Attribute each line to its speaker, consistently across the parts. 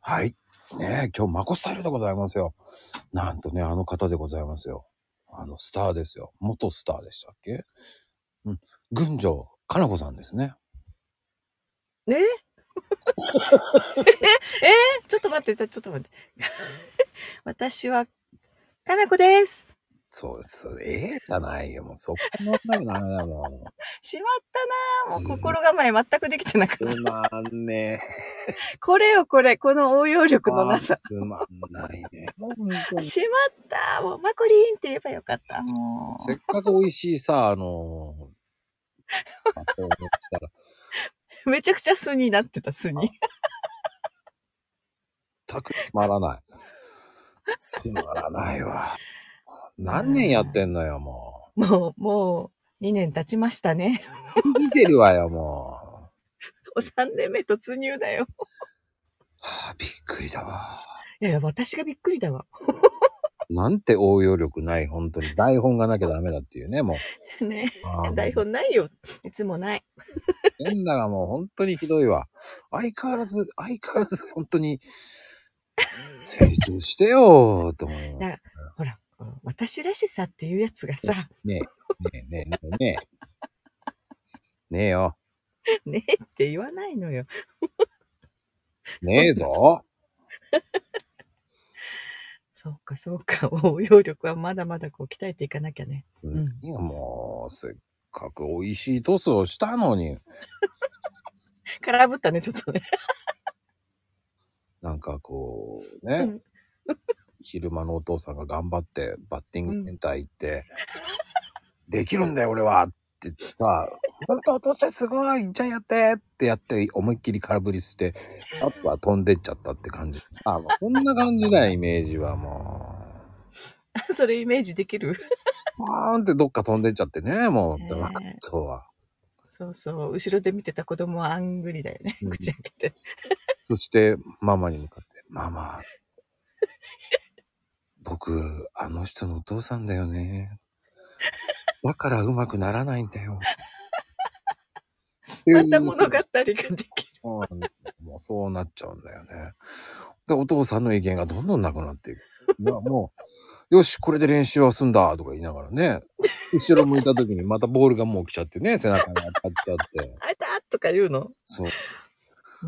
Speaker 1: はい。ねえ、今日マコスタイルでございますよ。なんとね、あの方でございますよ。あの、スターですよ。元スターでしたっけうん。群青かな子さんですね。
Speaker 2: ねええちょっと待って、ちょっと待って。 私は、かなこです。
Speaker 1: そうです。ええー、じゃないよ。もうそこの女じゃないだもん。
Speaker 2: しまったなもう心構え全くできてなかった。
Speaker 1: すまん ね
Speaker 2: これよこれ、この応用力のなさ。
Speaker 1: すまんないね。
Speaker 2: しまったもうマコリンって言えばよかった。も
Speaker 1: う。せっかく美味しいさ、あのー、あとしたら
Speaker 2: めちゃくちゃ素になってた、素に。
Speaker 1: 全くまらない。つまらないわ。何年やってんのよ、も
Speaker 2: う。もう、もう、2年経ちましたね。
Speaker 1: 生きてるわよ、も
Speaker 2: う。お3年目突入だよ。
Speaker 1: はあ、びっくりだわ。
Speaker 2: いやいや、私がびっくりだわ。
Speaker 1: なんて応用力ない、本当に。台本がなきゃダメだっていうね、も
Speaker 2: う。ね台本ないよ。いつもない。
Speaker 1: 変だがもう本当にひどいわ。相変わらず、相変わらず本当に、成長してよと思う。
Speaker 2: だほら、私らしさっていうやつがさ。
Speaker 1: ねえ、ねえ、ねえ、ねえ。ねえねえよ。
Speaker 2: ねえって言わないのよ。
Speaker 1: ねえぞ。
Speaker 2: そうか、そうか。 応用力はまだまだこう鍛えていかなきゃね。
Speaker 1: うん。いや、もう、せっかく美味しいトスをしたのに。
Speaker 2: 空振ったね、ちょっとね。
Speaker 1: なんかこう、ね。うん、昼間のお父さんが頑張って、バッティングセンター行って、うん、できるんだよ、俺はってってさ、ほんと落としてすごいじゃあやってってやって、思いっきり空振りして、あとは飛んでっちゃったって感じ。あ、こんな感じだよ、イメージはも
Speaker 2: う。 それイメージできる
Speaker 1: パーンってどっか飛んでっちゃってね、もう。 えー、 そうは。
Speaker 2: そうそう。後ろで見てた子供はあんぐりだよね。口開けて。うん、
Speaker 1: そして、ママに向かって、ママ。僕、あの人のお父さんだよね。だからうまくならないんだよ。
Speaker 2: また物語ができる。
Speaker 1: もうそうなっちゃうんだよね。で、お父さんの意見がどんどんなくなっていく。いや、もう、よし、これで練習は済んだとか言いながらね、後ろ向いた時にまたボールがもう来ちゃってね、背中に当たっちゃって。
Speaker 2: あいたとか言うの
Speaker 1: そう。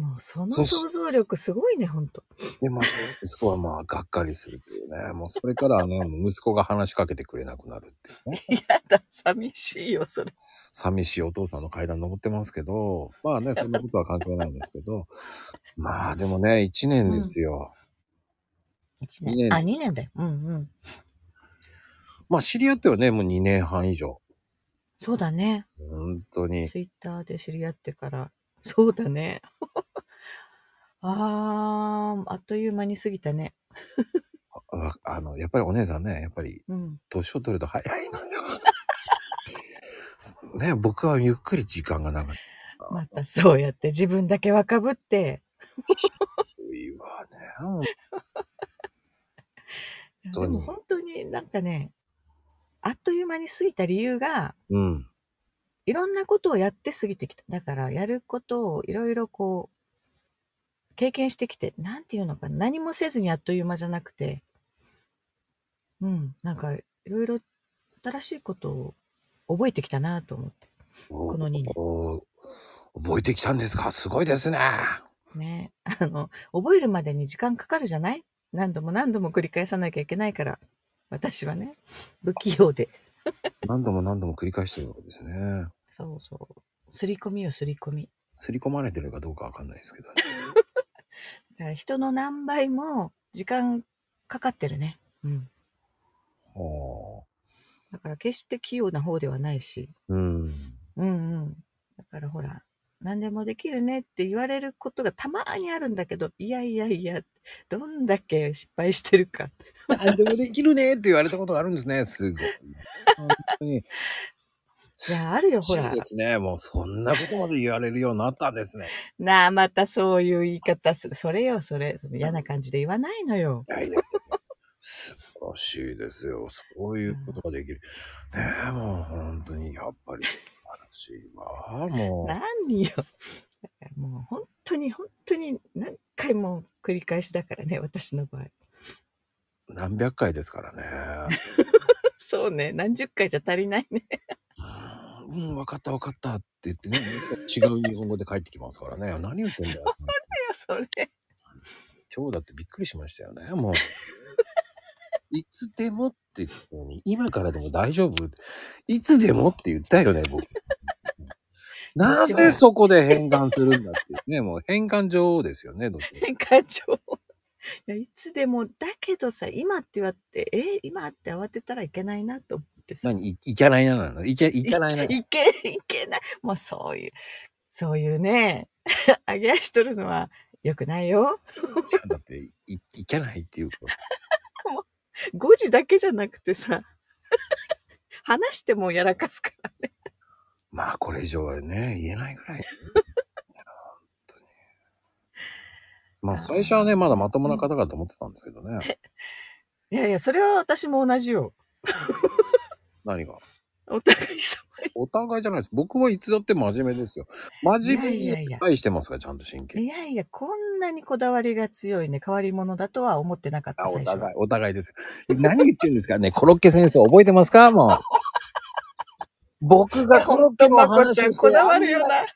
Speaker 2: もうその想像力すごいね、ほんと。
Speaker 1: で、まあ、息子はまあ、がっかりするっていうね。もうそれからはね、息子が話しかけてくれなくなるっていうね。
Speaker 2: やだ、寂しいよ、それ。
Speaker 1: 寂しいお父さんの階段登ってますけど、まあね、そんなことは関係ないんですけど、 まあでもね、1年ですよ。
Speaker 2: うん、1年。2年あ、2年だよ。うんうん。
Speaker 1: まあ、知り合ってはね、もう2年半以上。
Speaker 2: そうだね。
Speaker 1: 本当に。
Speaker 2: ツイッターで知り合ってから。そうだね。 ああ、あっという間に過ぎたね。
Speaker 1: ああの、やっぱりお姉さんね、やっぱり、年、うん、を取ると早いのよ。 ね、僕はゆっくり時間が長い。
Speaker 2: またそうやって自分だけ若ぶって。
Speaker 1: いいわね。
Speaker 2: でも本当になんかね、あっという間に過ぎた理由が、
Speaker 1: うん、
Speaker 2: いろんなことをやって過ぎてきた。だから、やることをいろいろこう、経験してきて、なんていうのかな、何もせずにあっという間じゃなくて、うん、なんか、いろいろ新しいことを覚えてきたなと思って、この2年。
Speaker 1: 覚えてきたんですかすごいですね。
Speaker 2: ね あの、覚えるまでに時間かかるじゃない何度も何度も繰り返さなきゃいけないから、私はね、不器用で。
Speaker 1: 何度も何度も繰り返してるわけですね。
Speaker 2: そうそう。すり込みよ、すり込み。
Speaker 1: すり込まれてるかどうかわかんない ですけど、ね。
Speaker 2: だから人の何倍も時間かかってるね。うん。
Speaker 1: は
Speaker 2: あ。だから決して器用な方ではないし。
Speaker 1: うん。
Speaker 2: うんうん。だからほら、何でもできるねって言われることがたまにあるんだけど、いやいやいや、どんだけ失敗してるか。
Speaker 1: 何でもできるねって言われたことがあるんですね。すごい。本当に。い
Speaker 2: や、あるよ、ほら。
Speaker 1: そうですね。もう、そんなことまで言われるようになったんですね。
Speaker 2: なあ、またそういう言い方す。それよ、それ。その嫌な感じで言わないのよ。
Speaker 1: はい、素晴らしいですよ。そういうことができる。ねえ、もう本当に、やっぱり、素晴らしいわ。もう。
Speaker 2: 何よ。もう本当に、本当に、何回も繰り返しだからね、私の場合。
Speaker 1: 何百回ですからね。
Speaker 2: そうね、何十回じゃ足りないね。
Speaker 1: うん、うん分かった分かったって言ってね、違う日本語で帰ってきますから ね。何言ってんだよ。
Speaker 2: それ。
Speaker 1: 今日だってびっくりしましたよね、もう。いつでもって言ったのに、今からでも大丈夫いつで もって言ったよね、僕。なぜそこで変換するんだって。ね、もう変換女王ですよね、どっ ちも。
Speaker 2: 変換帳。 いや、いつでも、だけどさ、今って言われて、え、今って慌てたらいけないなと思ってさ。
Speaker 1: 何い、いけないななのいけ、いけないな。
Speaker 2: いけ、 いけない。もうそういう、そういうね、 上げ足取るのは良くないよ。
Speaker 1: 違うんだって、い、いけないっていうか。
Speaker 2: 5時だけじゃなくてさ、 話してもやらかすからね。
Speaker 1: まあ、これ以上はね、言えない ぐらい。本当にまあ、最初はね、まだまともな方かと思ってたんですけどね。
Speaker 2: いやいや、それは私も同じよ。
Speaker 1: 何が。
Speaker 2: お互い様
Speaker 1: お互いじゃないです。僕はいつだって真面目ですよ。真面
Speaker 2: いや
Speaker 1: 目
Speaker 2: いやい
Speaker 1: に
Speaker 2: や
Speaker 1: 愛してますから、ちゃんと真剣
Speaker 2: い
Speaker 1: に。
Speaker 2: やいや、こんなにこだわりが強いね、変わり者だとは思ってなかった
Speaker 1: あ、お
Speaker 2: 最初は
Speaker 1: 互い、お互いですよ。何言ってんですかね、コロッケ先生覚えてますかも う。僕がコロッケの
Speaker 2: まこ
Speaker 1: 話
Speaker 2: ちゃ
Speaker 1: を
Speaker 2: ん、
Speaker 1: して
Speaker 2: こだわるよな。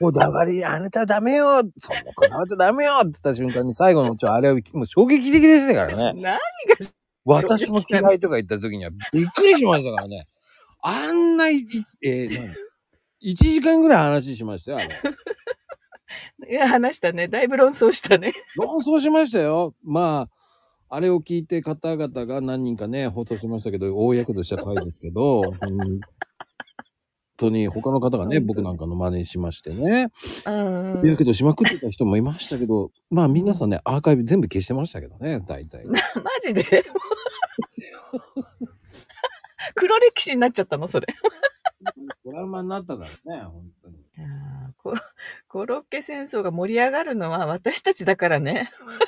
Speaker 1: こだわり、あなたはダメよそんなこだわっちゃダメよって言った瞬間に最後のうちはあれはもう衝撃的でしたからね。
Speaker 2: な
Speaker 1: 私も嫌いとか言った時にはびっくりしましたからね。あんない、いえー、何 ?1 時間ぐらい話しましたよ、あれ。
Speaker 2: いや、話したね。だいぶ論争したね。
Speaker 1: 論争しましたよ。まあ、あれを聞いて方々が何人かね、放送しましたけど、大躍動した回ですけど、本当に他の方がね、
Speaker 2: 本当
Speaker 1: 僕なんかの真似しましてね、
Speaker 2: うん
Speaker 1: 大やけどしまくってた人もいましたけど、まあ皆さんね、アーカイブ全部消してましたけどね、大 体。
Speaker 2: マ ジで黒歴史になっちゃったのそれ。
Speaker 1: トラウマになったからね、本当に。
Speaker 2: コ コロッケ戦争が盛り上がるのは私たちだからね。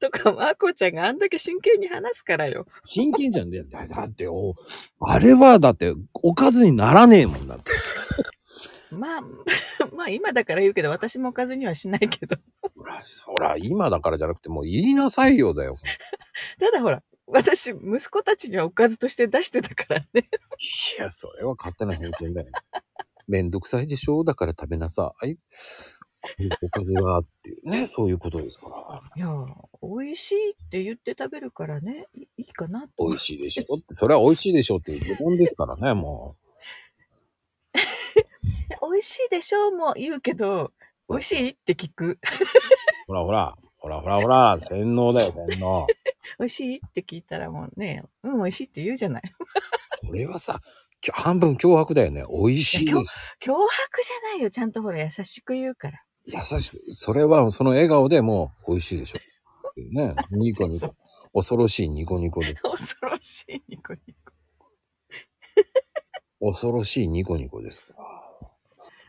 Speaker 2: とか、まーこちゃんがあんだけ真剣に話すからよ。
Speaker 1: 真剣じゃんね。だだってお、あれはだって、おかずにならねえもんだって。
Speaker 2: まあ、 まあ今だから言うけど、私もおかずにはしないけど。
Speaker 1: ほら、 ほら、今だからじゃなくて、もう言いなさいよだよ。
Speaker 2: ただほら、私、息子たちにはおかずとして出してたからね。
Speaker 1: いや、それは勝手な偏見だよ。めんどくさいでしょだから食べなさい。おかずはっていうね、そういうことですから。
Speaker 2: いや、美味しいって言って食べるからね、いいいかなと。
Speaker 1: 美味しいでしょって、それは美味しいでしょっていう自分ですからね、も
Speaker 2: 美味しいでしょうも言うけど、美味しいって聞く。
Speaker 1: う。ほらほら、ほらほらほら、洗脳だよ、洗脳。
Speaker 2: 美味しいって聞いたらもうね、うん、美味しいって言うじゃない。
Speaker 1: それはさ、きょ半分脅迫だよね。美味しい。
Speaker 2: いや脅脅迫じゃないよ。ちゃんとほら優しく言うから。
Speaker 1: 優しく。それは、その笑顔でもう、美味しいでしょ。っていうね、ニコニ
Speaker 2: そ
Speaker 1: コ。恐ろしいニコニコです。
Speaker 2: 恐ろしいニコニコ。
Speaker 1: 恐ろしいニコニコですから。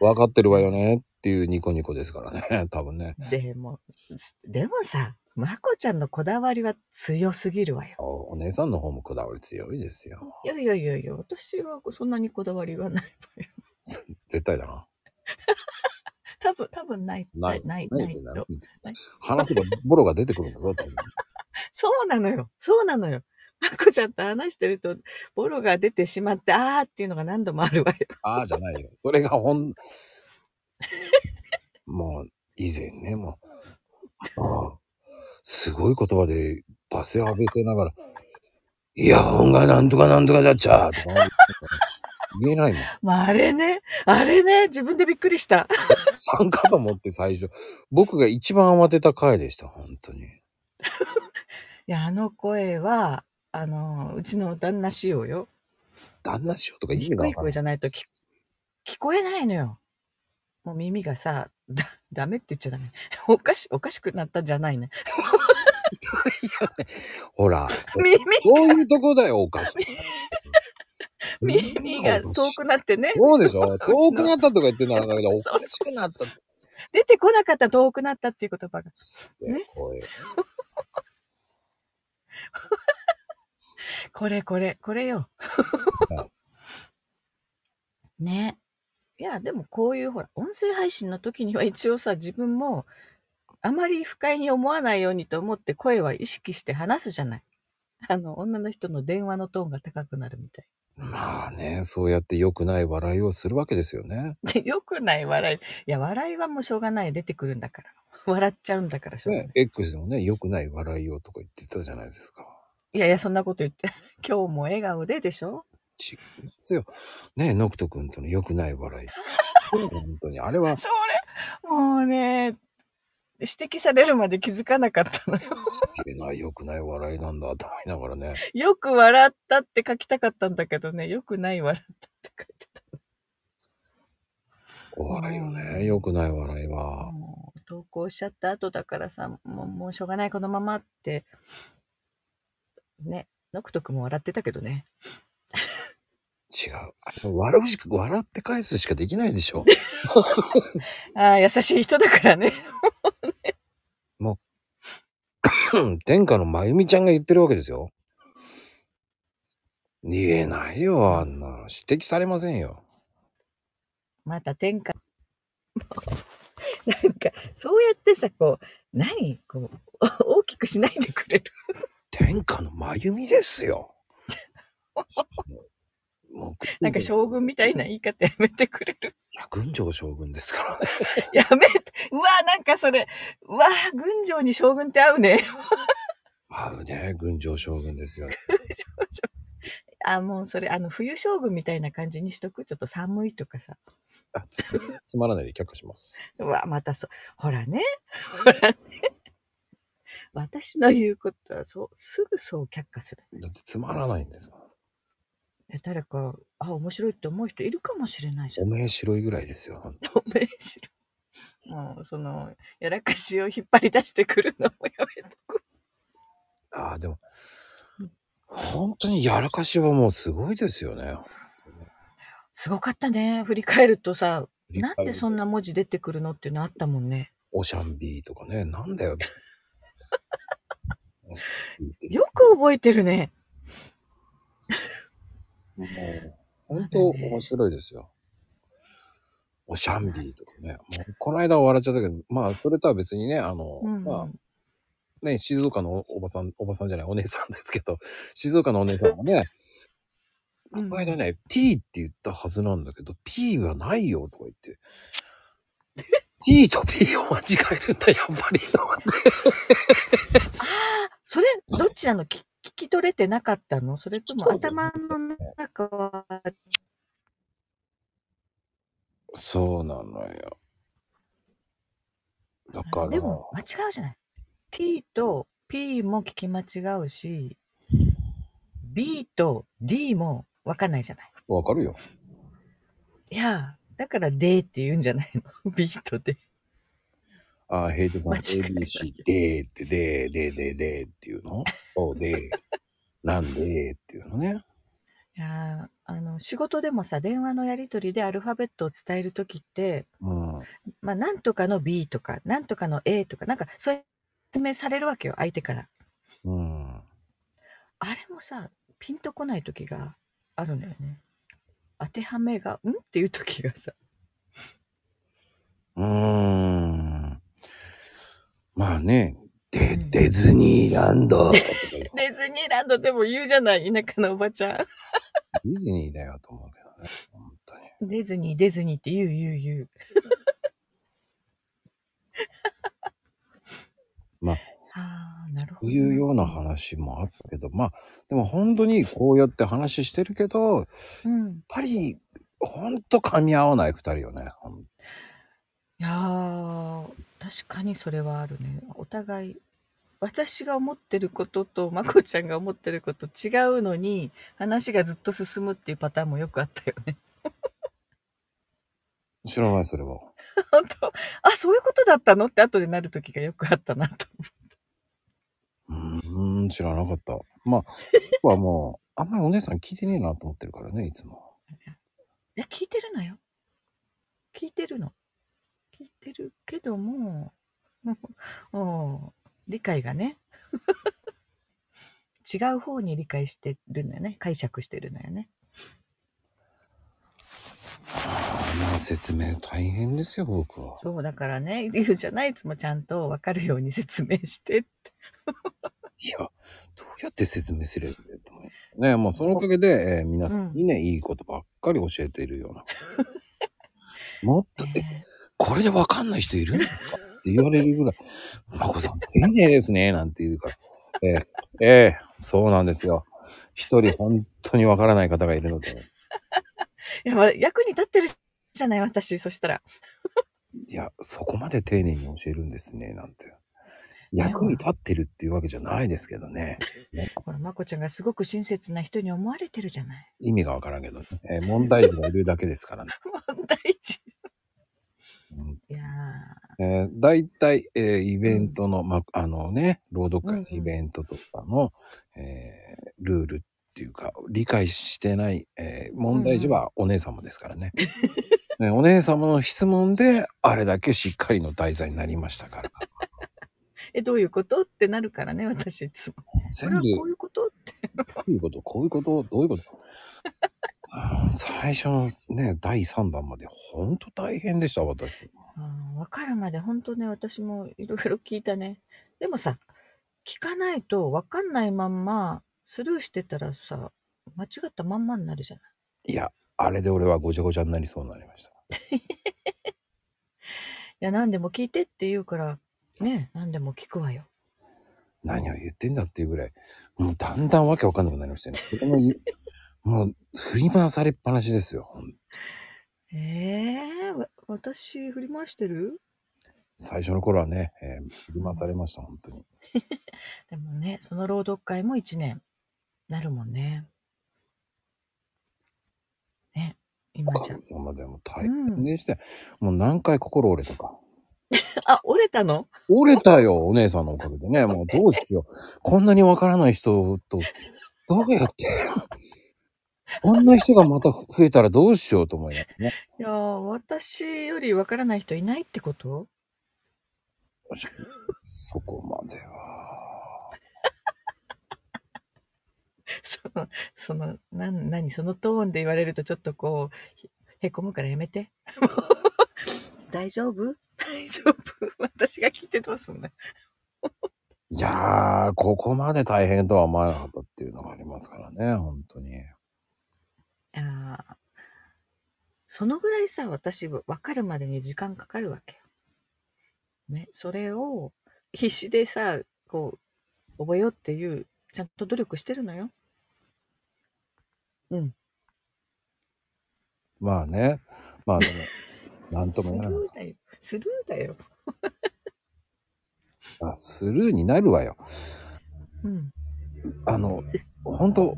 Speaker 1: わかってるわよねっていうニコニコですからね、 多分ね。
Speaker 2: でも、でもさ、まこちゃんのこだわりは強すぎるわよ。
Speaker 1: おお姉さんの方もこだわり強いですよ。
Speaker 2: いやいやいやいや、私はそんなにこだわりはない わよ。
Speaker 1: 絶対だな。
Speaker 2: 多分、多分ない。
Speaker 1: ない。
Speaker 2: ない、
Speaker 1: な
Speaker 2: ない
Speaker 1: いってなる
Speaker 2: と。。
Speaker 1: 話せばボロが出てくるんだぞ、多分。
Speaker 2: そうなのよ。そうなのよ。まこちゃんと話してると、ボロが出てしまって、あーっていうのが何度もあるわよ。
Speaker 1: ああじゃないよ。それがほん、もう以前ね、もう、ああ、すごい言葉で罵声を浴びせながら、イヤホンがなんとかなんとかじゃっちゃーとか言えないもん。
Speaker 2: まあ、あれね、あれね、自分でびっくりした。
Speaker 1: 参加と思って最初、僕が一番慌てた回でした、本当に。
Speaker 2: いや、あの声は、あの、うちの旦那仕様よ。
Speaker 1: 旦那しようとか意味が
Speaker 2: 低
Speaker 1: わ
Speaker 2: い
Speaker 1: かんな
Speaker 2: 声
Speaker 1: い
Speaker 2: じ。ゃないと聞聞こえないのよ。もう耳がさ、だ、ダメって言っちゃダメ。 おかし、おかしくなったんじゃないね。
Speaker 1: ほら、
Speaker 2: 耳、
Speaker 1: こういうとこだよ、おかしい。
Speaker 2: 耳が遠くなってね。
Speaker 1: そうでしょ遠くなったとか言ってんだからだけど、おかしくなったって
Speaker 2: 出てこなかった遠くなったっていう言葉が。ね
Speaker 1: 声。
Speaker 2: これこれ、これよ
Speaker 1: は。
Speaker 2: ね。いや、でもこういうほら、音声配信の時には一応さ、自分もあまり不快に思わないようにと思って声は意識して話すじゃない。あの、女の人の電話のトーンが高くなるみたい。
Speaker 1: まあね、そうやって良くない笑いをするわけですよね。
Speaker 2: で、良くない笑い。いや、笑いはもうしょうがない。出てくるんだから。 笑っちゃうんだからしょうがない。
Speaker 1: ね、X もね、良くない笑いをとか言ってたじゃないですか。
Speaker 2: いやいや、そんなこと言って。 今日も笑顔ででしょ
Speaker 1: 違うんですよ。ねえ、ノクト君との良くない笑い。本当に、あれは、
Speaker 2: それ、もうね、指摘されるまで気づかなかったの よ。
Speaker 1: いけない良くない笑いなんだと思いながらね。
Speaker 2: よく笑ったって書きたかったんだけどね、よくない笑ったって書いてた。
Speaker 1: 怖いよね、良くない笑いは。
Speaker 2: もう投稿しちゃった後だからさ、もうもうしょうがない、このままって。ね、ノクト君も笑ってたけどね。
Speaker 1: 違う。あれ笑うしか、笑って返すしかできないでしょ。
Speaker 2: ああ、優しい人だからね。
Speaker 1: 天下のまゆみちゃんが言ってるわけですよ。言えないよ、あんなの。指摘されませんよ。
Speaker 2: また天下。 なんか、そうやってさ、こう、何こう、 大きくしないでくれる。
Speaker 1: 天下のまゆみです よ。もう
Speaker 2: なんか将軍みたいな言い方やめてくれる。
Speaker 1: 百軍上将軍ですからね。
Speaker 2: やめて。うわ、なんかそれ、うわ、群青に将軍って合うね。
Speaker 1: あうね、軍上将軍ですよ。
Speaker 2: あ、もうそれ、あの、冬将軍みたいな感じにしとく。ちょっと寒いとかさ。
Speaker 1: あつつまらないで却下します。
Speaker 2: うわ、またそう。ほらね。 ほらね。私の言うことは、そう、すぐそう却下する。
Speaker 1: だってつまらないんですから
Speaker 2: え誰か、あ、面白いって思う人いるかもしれないじゃ
Speaker 1: お
Speaker 2: ん。
Speaker 1: めえ白いぐらいですよ。
Speaker 2: おめえしろ。 もう、その、やらかしを引っ張り出してくるのもやめとく。
Speaker 1: ああ、でも
Speaker 2: うん、
Speaker 1: 本当にやらかしはもうすごいですよね。
Speaker 2: すごかったね。振り返るとさ、なんでそんな文字出てくるのっていうのあったもんね。
Speaker 1: オシャンビーとかね、なん だよ。オシャンビーって
Speaker 2: よく覚えてるね。
Speaker 1: もう、本当面白いですよ。オシャンビーとかね。もうこの間は笑っちゃったけど、まあ、それとは別にね、あの、
Speaker 2: うん、
Speaker 1: まあ、ね、静岡のおおばさん、おばさんじゃない、お姉さんですけど、静岡のお姉さんがね、
Speaker 2: うん
Speaker 1: この間ね、T って言ったはずなんだけど、P はないよとか言って、T と P を間違えるんだ、やっぱり。
Speaker 2: それ、どっちなのき 聞き取れてなかったのそれとも
Speaker 1: そうだね
Speaker 2: 頭の中は、
Speaker 1: そうなのよ。だから、
Speaker 2: でも間違うじゃない。t と p も聞き間違うし、b と d もわかんないじゃない。
Speaker 1: わかるよ。
Speaker 2: いやー、だから d って言うんじゃないの ?b と d。
Speaker 1: ああ、ヘイトさん、
Speaker 2: 間違えた
Speaker 1: ABC、でーって、でー、でー、でー、でーっていうのそうでー、なんでーっていうのね。
Speaker 2: いやーあの、仕事でもさ、電話のやりとりでアルファベットを伝えるときって、
Speaker 1: うん。
Speaker 2: まあ、なんとかの B とか、なんとかの A とか、なんか、そういう説明されるわけよ、相手から。
Speaker 1: うん。
Speaker 2: あれもさ、ピンとこない時があるんだよね。当てはめが、んっていう時がさ。
Speaker 1: うーん。まあね、で、ディズニーランドとか言って
Speaker 2: ディズニーランドでも言うじゃない、田舎のおばちゃ
Speaker 1: ディズニーだよと思うけどね。本当に。
Speaker 2: ん。ディズニー、ディズニーって言う、言う、言う。
Speaker 1: まあ
Speaker 2: あー、なる
Speaker 1: そ
Speaker 2: ほど。
Speaker 1: ういうような話もあったけど、まあ、でも本当にこうやって話してるけど、やっ
Speaker 2: うん。い
Speaker 1: ぱり、ほんと噛み合わない二人よね。ほん
Speaker 2: やー、確かにそれはあるね。お互い、私が思ってることと、まこちゃんが思ってること違うのに、話がずっと進むっていうパターンもよくあったよね。
Speaker 1: 知らない、それは。
Speaker 2: 本当あ、そういうことだったのって後でなる時がよくあったなと。
Speaker 1: うーん、知らなかった。まあ、 僕はもう、あんまりお姉さん聞いてねえなと思ってるからね、いつも。
Speaker 2: いや、聞いてるのよ。聞いてるの。聞いてるけども、 うん理解がね、 違う方に理解してるんだよね。解釈してるのよね。
Speaker 1: ああの説明大変ですよ、僕は。
Speaker 2: そう、だからね、理由じゃないやつもちゃんとわかるように説明してって。
Speaker 1: いや、どうやって説明すればいいと思う。ねもうそのおかげで、えー皆さんにね、いいことばっかり教えているような。 もっと、え、これでわかんない人いるんですかって言われるぐらい、 まこさん、丁寧ですね、なんて言うから。えーえーそうなんですよ。一人本当にわからない方がいるので。
Speaker 2: いや、まあ役に立ってるじゃない、私。そしたら。
Speaker 1: いや、そこまで丁寧に教えるんですね、なんて。役に立ってるっていうわけじゃないですけどね。
Speaker 2: ほら、まこちゃんがすごく親切な人に思われてるじゃない。
Speaker 1: 意味がわからんけどね、えー問題児がいるだけですからね。
Speaker 2: 問題児。
Speaker 1: うん
Speaker 2: いや
Speaker 1: えー、大体、えーイベントの、ま、あのね、朗読会のイベントとかの、えールールっていうか、理解してない、えー問題児はお姉様ですからね。ねお姉様の質問で、あれだけしっかりの題材になりました から。
Speaker 2: ーえ、どういうことってなるからね、私いつも。これ
Speaker 1: 全
Speaker 2: は
Speaker 1: 部、
Speaker 2: こ
Speaker 1: こ
Speaker 2: ういうことって。
Speaker 1: ういうこと、こういうこと、どういうこと。 あー最初のね、第3弾まで、ほんと大変でした、私。
Speaker 2: あーわかるまで本当ね、私もいろいろ聞いたね。でもさ、聞かないとわかんないまんまスルーしてたらさ、間違ったまんまになるじゃない。
Speaker 1: いや、あれで俺はごちゃごちゃになりそうになりました。
Speaker 2: いや、何でも聞いてって言うから、ね、何でも聞くわよ。
Speaker 1: 何を言ってんだっていうぐらい、もうだんだんわけわかんなくなりましたね。これもいもう振り回されっぱなしですよ。ほん
Speaker 2: ええわ私振り回してる
Speaker 1: 最初の頃はね、えー振り回されました、本当に。
Speaker 2: でもね、その朗読会も1年なるもんね。ね、今
Speaker 1: おか
Speaker 2: じゃ
Speaker 1: げ。さまでもう大変でしたよ、もう何回心折れたか。
Speaker 2: あ、折れたの
Speaker 1: 折れたよ、お姉さんのおかげでね。もうどうしよう。こんなにわからない人と、どうやって、こんな人がまた増えたらどうしようと思いながらね。
Speaker 2: いやー、私よりわからない人いないってこと
Speaker 1: そこまでは。
Speaker 2: その、その、なん、何、そのトーンで言われるとちょっとこう、へへこむからやめて。 大丈夫大丈夫私が聞いてどうすんだ
Speaker 1: いやー、ここまで大変とは思わなかったっていうのがありますからね、本当に。
Speaker 2: あーそのぐらいさ、私は分かるまでに時間かかるわけよ。ね、それを必死でさ、こう、覚えようっていう、ちゃんと努力してるのよ。うん。
Speaker 1: まあね、まあでも、なんと
Speaker 2: スル
Speaker 1: も言えな
Speaker 2: ーだよ。スルーだよ。
Speaker 1: い。あスルーになるわよ。
Speaker 2: うん。
Speaker 1: あの、本当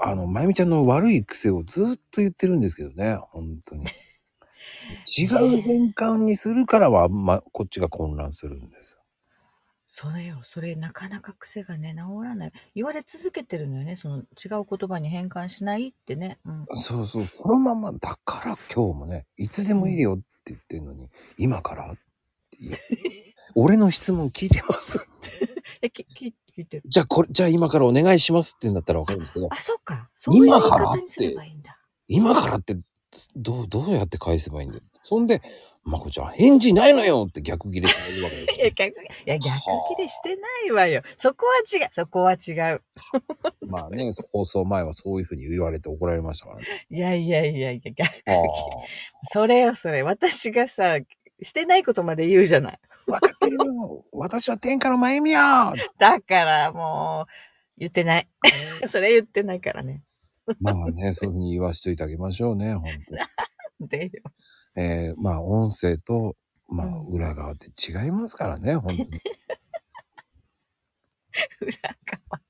Speaker 1: あの、まゆみちゃんの悪い癖をずっと言ってるんですけどね、本当に。違う変換にするからは、ま、こっちが混乱するんですよ。
Speaker 2: それよ、それなかなか癖がね、治らない。言われ続けてるのよね、その違う言葉に変換しないってね。うん。
Speaker 1: そうそう、そのまま、だから今日もね、いつでもいいよって言ってるのに、今からって言う俺の質問聞いてます。
Speaker 2: え、き、き、聞いてる。
Speaker 1: じゃあこれ、じゃあ今からお願いしますって言うんだったらわかるんですけど
Speaker 2: あ、、そうか。そういう言い
Speaker 1: 今から
Speaker 2: 方にすればいいんだ。
Speaker 1: 今からって、どう、どうやって返せばいいんだよ。そんで、まこちゃん、返事ないのよって逆切れされるわけで
Speaker 2: い
Speaker 1: す
Speaker 2: や、逆いや逆切れしてないわよ。そこは違う。そこは違う。
Speaker 1: よ。まあね、放送前はそういうふうに言われて怒られましたからね。
Speaker 2: いやいやいやいや、逆切
Speaker 1: ああ
Speaker 2: れ。それよ、それ。私がさ、してないことまで言うじゃない。
Speaker 1: 分かってるよ私は天下の真由美や
Speaker 2: だからもう、言ってない。それ言ってないからね。
Speaker 1: まあね、そういうふうに言わしといてあげましょうね、本当に。
Speaker 2: でよ。
Speaker 1: えー、まあ音声と、まあ
Speaker 2: うん
Speaker 1: 裏側って違いますからね、本当に。
Speaker 2: 裏側。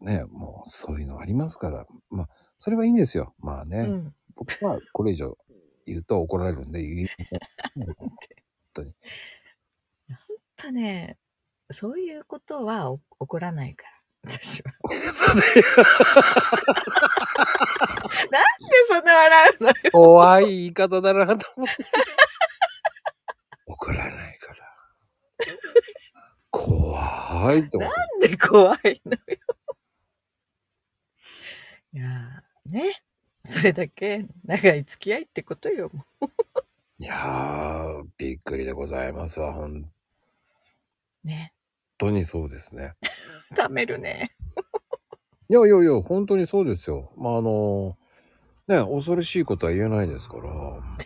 Speaker 1: ね、もうそういうのありますから、まあ、それはいいんですよ。まあね。
Speaker 2: うん。
Speaker 1: 僕はこれ以上言う と怒られるんで言いません。
Speaker 2: とね、そういうことはお起こらないから。 私は。なんでそんな笑うのよ。
Speaker 1: 怖い言い方だなと思って。 怒らないから。怖いと思って。
Speaker 2: なんで怖いのよ。いやーね。それだけ長い付き合いってことよ。も
Speaker 1: いやー、びっくりでございますわ。本
Speaker 2: うね。
Speaker 1: 当にそうですね。
Speaker 2: 貯めるね。
Speaker 1: いやいやいや、本当にそうですよ。まあ、あの、ね、恐ろしいことは言えないですから。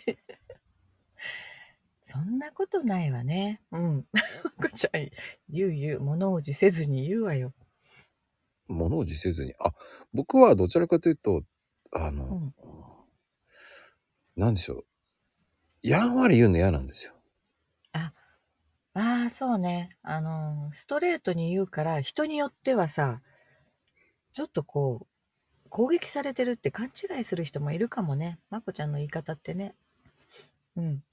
Speaker 2: そんなことないわね。うん。 赤ちゃん、言う言う、物おじせずに言うわよ。
Speaker 1: 物を辞せずに。あ、僕はどちらかというと、あ
Speaker 2: う
Speaker 1: の、
Speaker 2: ん。
Speaker 1: なんでしょう。やんわり言うの嫌なんですよ。
Speaker 2: ああ、そうね。あの、ストレートに言うから、人によってはさ、ちょっとこう、攻撃されてるって勘違いする人もいるかもね。まこちゃんの言い方ってね。うん。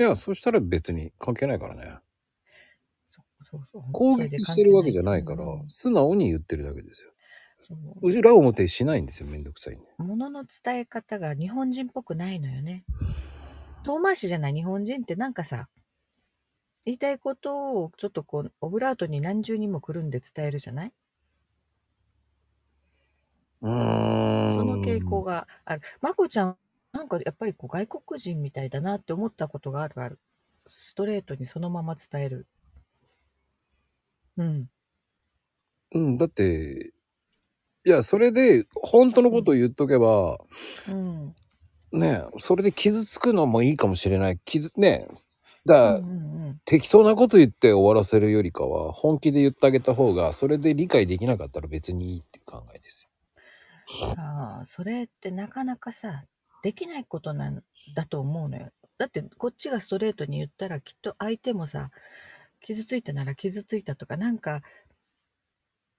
Speaker 1: いや、そしたら別に関係ないからね。
Speaker 2: そうそうそう
Speaker 1: 攻撃してるわけじゃないから、素直に言ってるだけですよ。裏表しないんですよ、めんどくさいんで。
Speaker 2: ものの伝え方が日本人っぽくないのよね。遠回しじゃない日本人ってなんかさ、言いたいことをちょっとこう、オブラートに何重にもくるんで伝えるじゃないう
Speaker 1: ーん。
Speaker 2: その傾向。がある。まこちゃん、なんかやっぱりこう外国人みたいだなって思ったことがあるある。ストレートにそのまま伝える。うん。
Speaker 1: うん、だって、いや、それで、本当のことを言っとけば、
Speaker 2: うん。
Speaker 1: ね、それで傷つくのもいいかもしれない。傷、ね、だ、
Speaker 2: うんうん
Speaker 1: 適当なこと言って終わらせるよりかは、本気で言ってあげた方が、それで理解できなかったら別にいいっていう考えですよ。
Speaker 2: うん。ああ、それってなかなかさ、できないことなんだと思うのよ。だってこっちがストレートに言ったらきっと相手もさ、傷ついたなら傷ついたとか、なんか、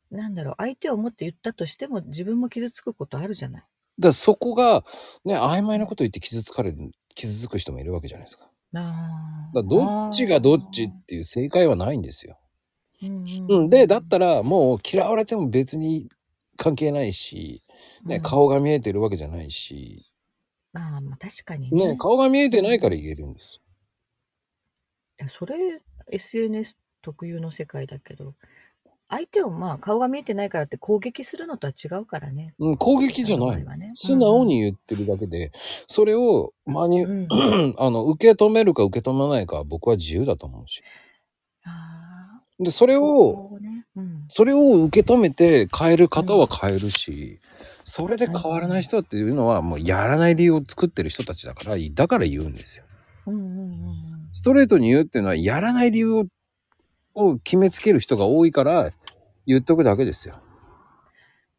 Speaker 2: なんだろう、相手を思って言ったとしても自分も傷つくことあるじゃない。
Speaker 1: だからそこが、ね、曖昧なこと言って傷つかれる、傷つく人もいるわけじゃないですか。
Speaker 2: あ
Speaker 1: だからどっちがどっちっていう正解はないんですよ。
Speaker 2: うん
Speaker 1: うん、で、だったらもう嫌われても別に関係ないし、ね、顔が見えてるわけじゃないし、
Speaker 2: うんああまあ確かにね
Speaker 1: ね、顔が見えてないから言えるんです。
Speaker 2: いやそれ SNS 特有の世界だけど相手をまあ顔が見えてないからって攻撃するのとは違うからね
Speaker 1: うん、攻撃じゃな
Speaker 2: あの
Speaker 1: い
Speaker 2: 場合。はね
Speaker 1: 素直に言ってるだけで、それを真に、
Speaker 2: うん
Speaker 1: あの、受け止めるか受け止めないかは僕は自由だと思うし。
Speaker 2: ああ
Speaker 1: で、それを、
Speaker 2: そうねうん
Speaker 1: それを受け止めて変える方は変えるし、それで変わらない人っていうのはもうやらない理由を作ってる人たちだから、だから言うんですよ。
Speaker 2: うんうんうんうん
Speaker 1: ストレートに言うっていうのはやらない理由をを決めつける人が多いから言っとくだけですよ。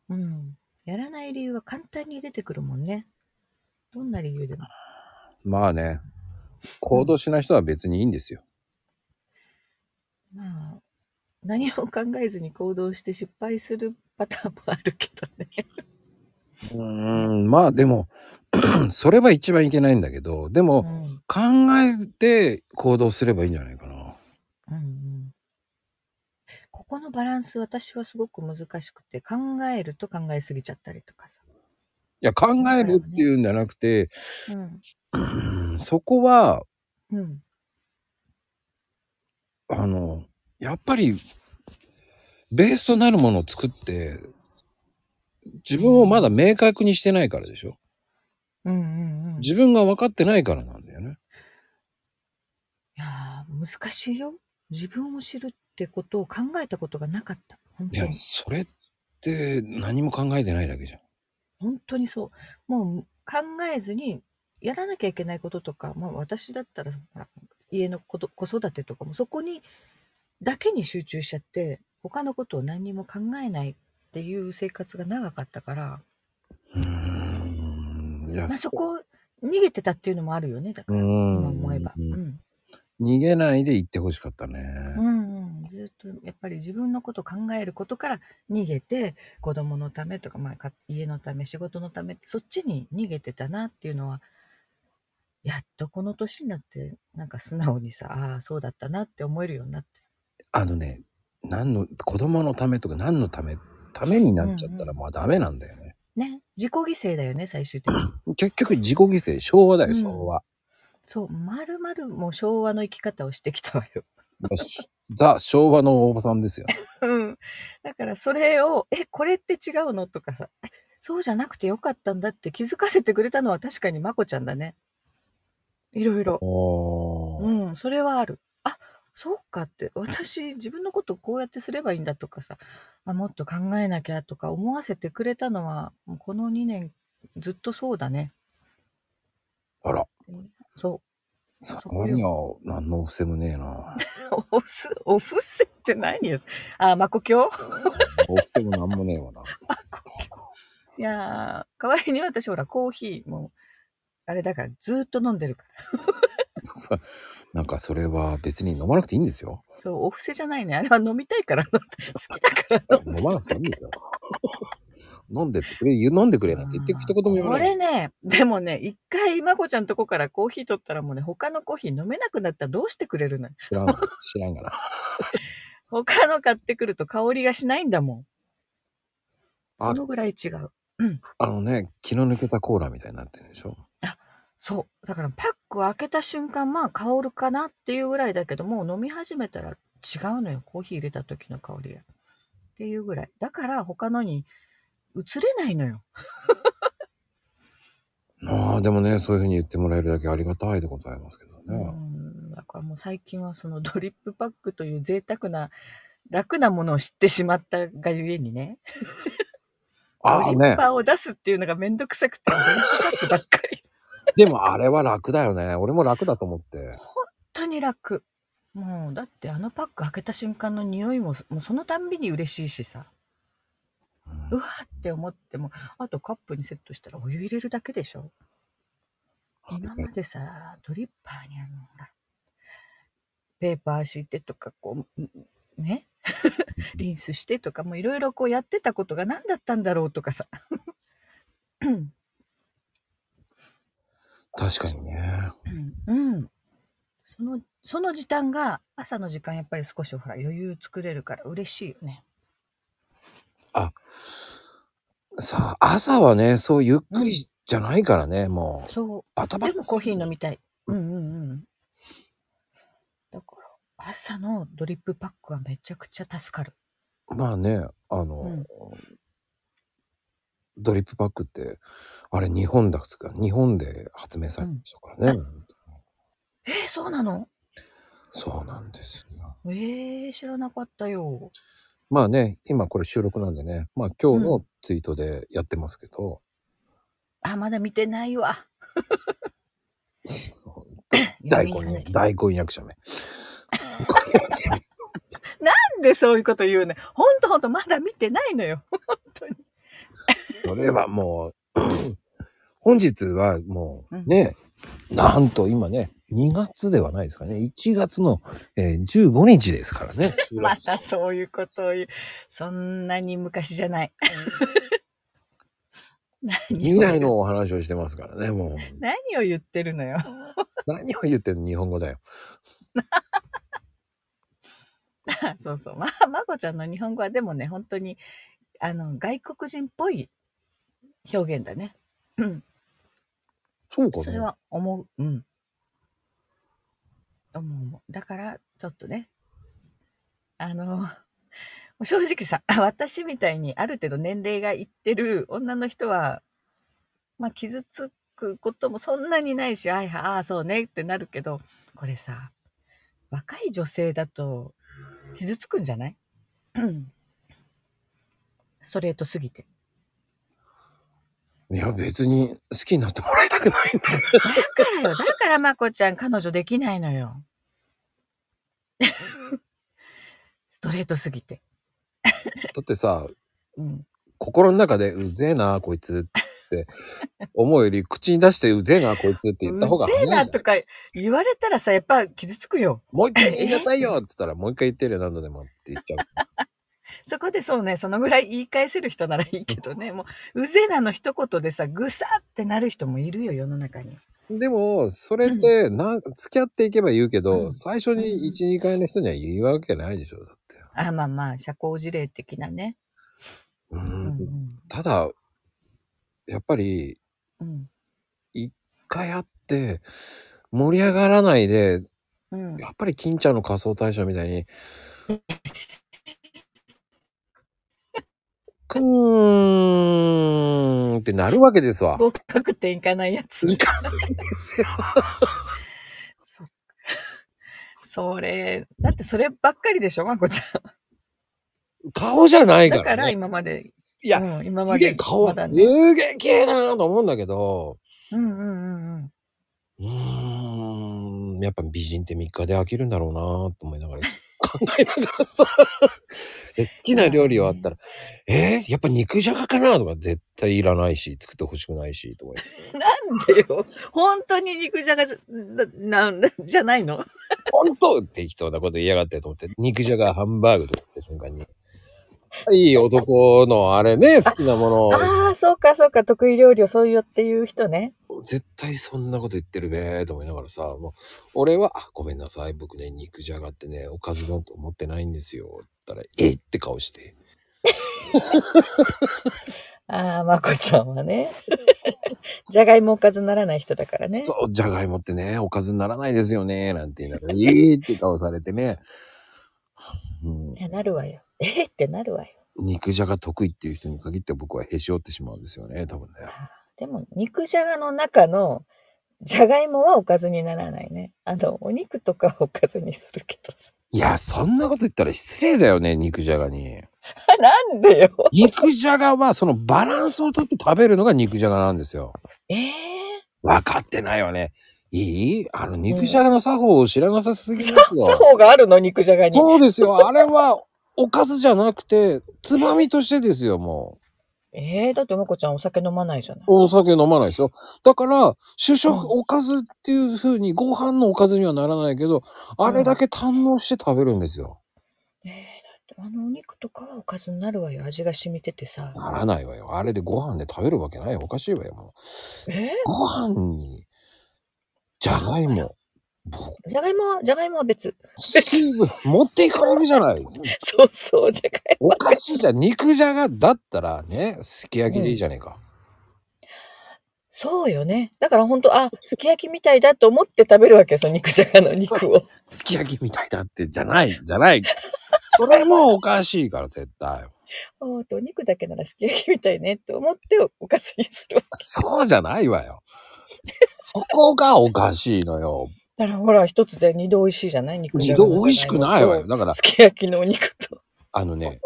Speaker 2: うんやらない理由は簡単に出てくるもんねどんな理由でも
Speaker 1: まあね、行動しない人は別にいいんですよ。
Speaker 2: まあ何も考えずに行動して失敗するパターンもあるけどね
Speaker 1: うーん、まあでも、 それは一番いけないんだけど、でも
Speaker 2: うん
Speaker 1: 考えて行動すればいいんじゃないかな。
Speaker 2: うんうんここのバランス私はすごく難しくて考えると考えすぎちゃったりとかさ、
Speaker 1: いや、考えるっていうんじゃなくて、
Speaker 2: うん
Speaker 1: うんそこは、
Speaker 2: うん、
Speaker 1: あの、やっぱり、ベースとなるものを作って、自分をまだ明確にしてないからでしょ
Speaker 2: うんうんうんい
Speaker 1: 自分が分かってないからなんだよね。
Speaker 2: やー難しいよ自分を知るってことを考えたことがなかった本
Speaker 1: い
Speaker 2: 当
Speaker 1: や、
Speaker 2: に
Speaker 1: それって何も考えてないだけじゃん。
Speaker 2: 本当にそうもう考えずにやらなきゃいけないこととか、まあ、私だったらほら家のこと子育てとかもそこにだけに集中しちゃって他のことを何にも考えないっていう生活が長かったから、
Speaker 1: うーん。いや、
Speaker 2: まあ、そこを逃げてたっていうのもあるよねだ
Speaker 1: う
Speaker 2: か
Speaker 1: ー
Speaker 2: ら、
Speaker 1: ん。
Speaker 2: 今思えば、うん
Speaker 1: 逃げないで行ってほしかったね。
Speaker 2: うんうん、ずっとやっぱり自分のこと考えることから逃げて子供のためとか、まあか、家のため仕事のためそっちに逃げてたなっていうのはやっとこの年になってなんか素直にさああそうだったなって思えるようになって
Speaker 1: あのね、何の、子供のためとか何のため、ためになっちゃった
Speaker 2: うんう
Speaker 1: らまあダメなんだよね。
Speaker 2: ね自己犠牲だよね最終的に
Speaker 1: 結局自己犠牲、昭和だよ、
Speaker 2: うん
Speaker 1: 昭和。
Speaker 2: そうまるまるもう昭和の生き方をしてきたわよ
Speaker 1: だしザ・昭 和のおばさんですよ。
Speaker 2: うん。だからそれを、え、これって違うのとかさ、えそうじゃなくてよかったんだって気づかせてくれたのは確かにまこちゃんだね。いろいろ。
Speaker 1: おー
Speaker 2: うん、それはある。あ、そうかって、私自分のことこうやってすればいいんだとかさ、あもっと考えなきゃとか思わせてくれたのは、この2年ずっとそうだね。
Speaker 1: あら、
Speaker 2: そ
Speaker 1: そ
Speaker 2: こ
Speaker 1: こ
Speaker 2: よ
Speaker 1: には何の伏せもねえな。
Speaker 2: う。おす、お布施って何よ。あ、まこきょう
Speaker 1: お伏せも何もねえわな。
Speaker 2: いやー、代わりに私ほら、コーヒーも、あれだからずーっと飲んでるか
Speaker 1: そうなんかそれは別に飲まなくていいんですよ。
Speaker 2: ら。そう、お布施じゃないね。あれは飲みたいから飲んで、好きだから飲んで
Speaker 1: 飲まなくていいんですよ。飲んでってくれ、飲んでくれなんて言って一言も言わ
Speaker 2: こ
Speaker 1: ない。
Speaker 2: れね、でもね、一回、まこちゃんとこからコーヒー取ったらもうね、他のコーヒー飲めなくなったらどうしてくれるのよ
Speaker 1: 知らん、知らんがな。
Speaker 2: 他の買ってくると香りがしないんだもん。
Speaker 1: あ
Speaker 2: そのぐらい違う。
Speaker 1: あのね、気の抜けたコーラみたいになってるでしょ。
Speaker 2: そう。だからパックを開けた瞬間、まあ香るかなっていうぐらいだけど、もう飲み始めたら違うのよ。コーヒー入れた時の香りが。っていうぐらい。だから他のに移れないのよ。
Speaker 1: ああ、でもね、そういうふうに言ってもらえるだけありがたいでございますけど
Speaker 2: う
Speaker 1: ね。
Speaker 2: ん。だからもう最近はその ドリップパックという贅沢な、楽なものを知ってしまったがゆえにね。
Speaker 1: ああ
Speaker 2: ドリッ
Speaker 1: ね、
Speaker 2: パーを出すっていうのがめんどくさくて、ドリップパックばっかり。
Speaker 1: でもあれは楽だよね。俺も楽だと思って。
Speaker 2: 本当に楽。もう、だってあのパック開けた瞬間の匂いも、もうそのたんびに嬉しいしさ、
Speaker 1: うん
Speaker 2: うわーって思っても、あとカップにセットしたらお湯入れるだけでしょ。今までさ、ドリッパーにあの、ほら、ペーパー敷いてとか、こう、んね、リンスしてとか、もういろいろこうやってたことが何だったんだろうとかさ。うん
Speaker 1: 確かにね。
Speaker 2: うん。その、その時間が、朝の時間やっぱり少しほら余裕作れるから嬉しいよね。
Speaker 1: さあ、朝はね、そうゆっくりじゃないからね、もう。
Speaker 2: そう。
Speaker 1: バタバ
Speaker 2: で
Speaker 1: タ
Speaker 2: もコーヒー飲
Speaker 1: み。
Speaker 2: みたい。うんうんうん。だから、朝のドリップパックはめちゃくちゃ助かる。
Speaker 1: まあね、あの、
Speaker 2: うん
Speaker 1: ドリップバッグって、あれ日本だっつうか、日本で発明されましたからね。
Speaker 2: えー、そうなの
Speaker 1: そうなんですよ。
Speaker 2: えー、知らなかったよ。
Speaker 1: まあね、今これ収録なんでね、まあ今日のツイートでやってますけど、
Speaker 2: あ、まだ見てない わ。
Speaker 1: 大根ね、
Speaker 2: な
Speaker 1: 大根役者名。大根役者名
Speaker 2: んでそういうこと言うね。ほんとほんと、まだ見てないのよ。本当に。
Speaker 1: それはも う、本日はも
Speaker 2: うん
Speaker 1: うね、なんと今ね、2月ではないですかね、1月の、えー15日ですから ね。
Speaker 2: またそういうことを言う。そんなに昔じゃない。 何
Speaker 1: 未
Speaker 2: を
Speaker 1: 来のお話をしてますからね、もう。
Speaker 2: 何を言ってるのよ。
Speaker 1: 何を言ってんの日本語だよ。
Speaker 2: そうそう。まあ、まこちゃんの日本語はでもね、本当に、あの、外国人っぽい表現だね。うん。
Speaker 1: そうか
Speaker 2: それ
Speaker 1: な。
Speaker 2: は思う。うん。思う思う。だから、ちょっとね、あの、正直さ、 私みたいにある程度年齢がいってる女の人は、まあ、傷つくこともそんなにないし、あいはああ、そうねってなるけど、これさ、若い女性だと傷つくんじゃない うんストレートすぎて。
Speaker 1: いや、別に好きになってもらいたくないんだよ。
Speaker 2: だからよ、だからまこちゃん彼女できないの よ。ストレートすぎて。
Speaker 1: だってさ、
Speaker 2: うん。
Speaker 1: 心の中でうぜえな、こいつって思うより、口に出してうぜえな、こいつって言った方が
Speaker 2: うぜ
Speaker 1: 早
Speaker 2: え
Speaker 1: いんだ
Speaker 2: な
Speaker 1: よ
Speaker 2: とか言われたらさ、やっぱ傷つくよ。
Speaker 1: もう一回言いなさいよって言ったら、もう一回言ってるよ、何度でもって言っちゃう。
Speaker 2: そこでそうね、そのぐらい言い返せる人ならいいけどね、もう、うぜえなの一言でさ、ぐさってなる人もいるよ、世の中に。
Speaker 1: でも、それって、なん、付き合っていけば言うけど、
Speaker 2: うん
Speaker 1: 最初に1、2回の人には言うわけないでしょ、だって。
Speaker 2: あ、まあまあ、社交辞令的なね。
Speaker 1: う。
Speaker 2: うんん
Speaker 1: ただ、やっぱり、
Speaker 2: うん。
Speaker 1: 一回会って、盛り上がらないで、
Speaker 2: うん。うん
Speaker 1: やっぱり金ちゃんの 仮装大賞みたいに、くーんってなるわけですわ。
Speaker 2: 合格点いかないやつ。
Speaker 1: いかないですよ。
Speaker 2: そっかそれ、だってそればっかりでしょ、まこちゃ
Speaker 1: 顔じゃない
Speaker 2: ん。
Speaker 1: か、
Speaker 2: だからら
Speaker 1: ね。
Speaker 2: 今まで。
Speaker 1: いや
Speaker 2: うん、今ます
Speaker 1: げ
Speaker 2: で。
Speaker 1: え顔は
Speaker 2: まだ
Speaker 1: す
Speaker 2: ね
Speaker 1: げえ綺麗だなと思うんだけど、
Speaker 2: うんうんうんうん。
Speaker 1: うーん、やっぱ美人って3日で飽きるんだろうなと思いながら、考えながらさ、 で好きな料理はあったら、えーやっぱ肉じゃがかなとか絶対いらないし、作ってほしくないし、とか言って。
Speaker 2: なんでよ。本当に肉じゃがじゃ、な、なじゃないの
Speaker 1: 本当適当なこと言いやがってと思って、肉じゃがハンバーグとか言った瞬間に、いい男のあれね、好きなものを。
Speaker 2: ああ、そうかそうか、得意料理をそういうっていう人ね。
Speaker 1: 絶対そんなこと言ってるべーと思いながらさ、もう、俺は、あごめんなさい、僕ね、肉じゃがってね、おかずなんて思ってないんですよ。って言ったら、えって顔して。
Speaker 2: ああ、まこちゃん はね。じゃがいもおかずならない人だからね。
Speaker 1: そう、じゃがいもってね、おかずにならないですよね、なんて言いながら、えーって顔されてね、うん
Speaker 2: い、や、なるわよ。えーってなるわよ。
Speaker 1: 肉じゃが得意っていう人に限って僕はへし折ってしまうんですよね、多分ね。
Speaker 2: でも、肉じゃがの中の、じゃがいもはおかずにならないね。あの、お肉とかはおかずにするけどさ。
Speaker 1: いや、そんなこと言ったら失礼だよね、肉じゃがに。
Speaker 2: なんでよ。
Speaker 1: 肉じゃがはそのバランスをとって食べるのが肉じゃがなんですよ。
Speaker 2: ええ
Speaker 1: 分かってないよね。いいあの肉じゃがの作法を知らなさすぎます
Speaker 2: ー。作
Speaker 1: よ。
Speaker 2: 法があるの肉じゃがに。
Speaker 1: そうですよ。あれはおかずじゃなくて、つまみとしてですよ、も。。
Speaker 2: ええー、だってまこちゃんお酒飲まないじゃないう
Speaker 1: お酒飲まないですよ。だから、主食、
Speaker 2: う
Speaker 1: おかずっていう風に、ご飯のおかずにはならないけど、あれだけ堪能して食べるんですよ。
Speaker 2: ええだってあのお肉とかはおかずになるわよ。味が染みててさ。
Speaker 1: ならないわよ。あれでご飯で食べるわけないよ。おかしいわよ、もう。
Speaker 2: え
Speaker 1: ご飯に、じゃがいも、僕
Speaker 2: ー、じゃがいもは、じゃがいも は別。
Speaker 1: 水分持っていかれるじゃない。
Speaker 2: そうそう、じゃがいも。
Speaker 1: おかしいじゃん。肉じゃがだったらね、すき焼きでいいじゃねえか。
Speaker 2: そうよね。だから本当あ、すき焼きみたいだと思って食べるわけよ、その肉じゃがの肉を。
Speaker 1: すき焼きみたいだって、じゃない、じゃない。それもおかしいから、絶対。
Speaker 2: おーとお肉だけならすき焼きみたいねと思っておかずにするわ。
Speaker 1: そうじゃないわよ。そこがおかしいのよ。
Speaker 2: だからほら、一つで二度美味しいじゃない肉じ
Speaker 1: 二
Speaker 2: ゃが
Speaker 1: 度
Speaker 2: の
Speaker 1: 美味しくないわよ。だか
Speaker 2: と
Speaker 1: ら
Speaker 2: す、き焼きのお肉と。
Speaker 1: あのね、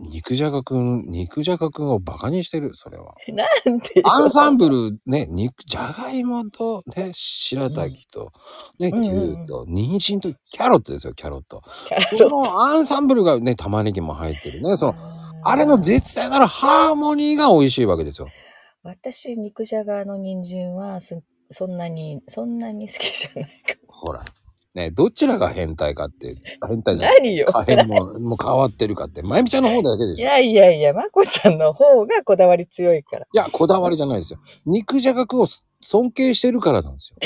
Speaker 1: 肉じゃがくん、肉じゃがくんをバカにしてる、それは。
Speaker 2: なんでよ
Speaker 1: アンサンブルね、肉、じゃがいもとね、白滝と、ね、
Speaker 2: うんうんうん
Speaker 1: 牛と、人参と、キャロットですよ、キャロット。
Speaker 2: キャロッ
Speaker 1: そ
Speaker 2: ト
Speaker 1: のアンサンブルがね、玉ねぎも入ってるね。その、あれの絶対ならハーモニーが美味しいわけですよ。
Speaker 2: 私、肉じゃがの人参はすそんなに、そんなに好きじゃないか
Speaker 1: ほら。ね、どちらが変態かって、変態
Speaker 2: も。
Speaker 1: じゃない。
Speaker 2: 何よ。
Speaker 1: 可変も、もう変わってるかって。まゆみちゃんの方だけで
Speaker 2: い
Speaker 1: しょ。
Speaker 2: やいやいや、まこちゃんの方がこだわり強いから。
Speaker 1: いや、こだわりじゃないですよ。肉じゃがくんを尊敬してるからなんですよ。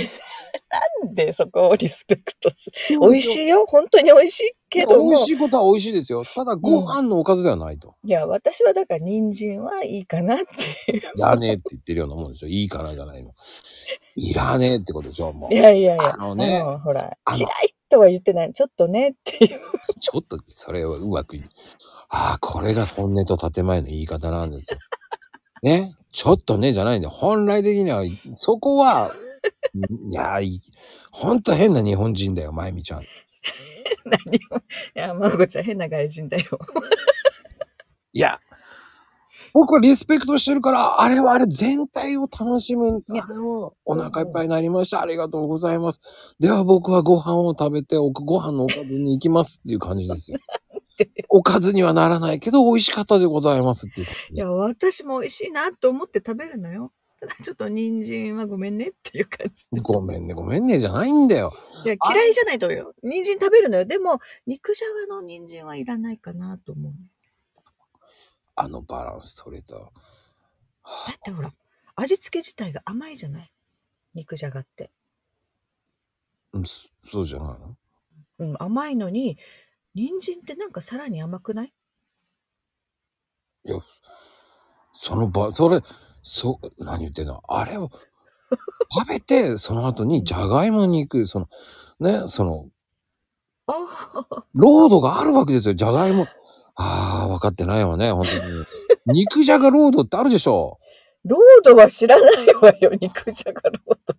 Speaker 2: なんでそこをリスペクトする。美味しいよ。本当に美味しいけども。
Speaker 1: 美味しいことは美味しいですよ。ただ、ご飯のおかずではないと。
Speaker 2: いや、私はだから人参はいいかなっていう。
Speaker 1: いらねえって言ってるようなもんでしょ。いいかなじゃないの。いらねえってことでしょ、もう
Speaker 2: い。やいやいや。
Speaker 1: あのね
Speaker 2: うんほら、
Speaker 1: あの
Speaker 2: 嫌いとは言ってない。ちょっとねっていう。
Speaker 1: ちょっとそれをうまく言う。ああ、これが本音と建前の言い方なんですよ。ね。ちょっとね、じゃないんで、本来的には、そこは、んいやー、いほんと変な日本人だよ、まゆみちゃん。
Speaker 2: 何を。いや、まこちゃん変な外人だよ。
Speaker 1: いや、僕はリスペクトしてるから、あれはあれ全体を楽しむ。あ
Speaker 2: いや
Speaker 1: れをお腹いっぱいになりました。ありがとうございます。では僕はご飯を食べて、おご飯のおかずに行きますっていう感じ ですよ。おかずにはならないけど、美味しかったでございますっていう感じ
Speaker 2: い。や、私も美味しいなと思って食べるのよ。ただちょっと人参はごめんねっていう感じで。
Speaker 1: ごめんね、ごめんね、じゃないんだよ。
Speaker 2: いや、
Speaker 1: あ
Speaker 2: 嫌いじゃないと思うよ。人参食べるのよ。でも、肉じゃがの人参はいらないかなと思う。
Speaker 1: あのバランス取れた。は
Speaker 2: だ
Speaker 1: あ
Speaker 2: ってほら、味付け自体が甘いじゃない肉じゃがって。
Speaker 1: うんそそうじゃないの
Speaker 2: うん、甘いのに、人参ってなんかさらに甘くない
Speaker 1: そのば、それ、そ、何言ってんのあれを食べて、その後にじゃがいもに行く、その、ね、その、
Speaker 2: ああ、
Speaker 1: ロードがあるわけですよ、じゃがいも。ああ、分かってないわね、本当に。肉じゃがロードってあるでしょ。
Speaker 2: ロードは知らないわよ、肉じゃがロード。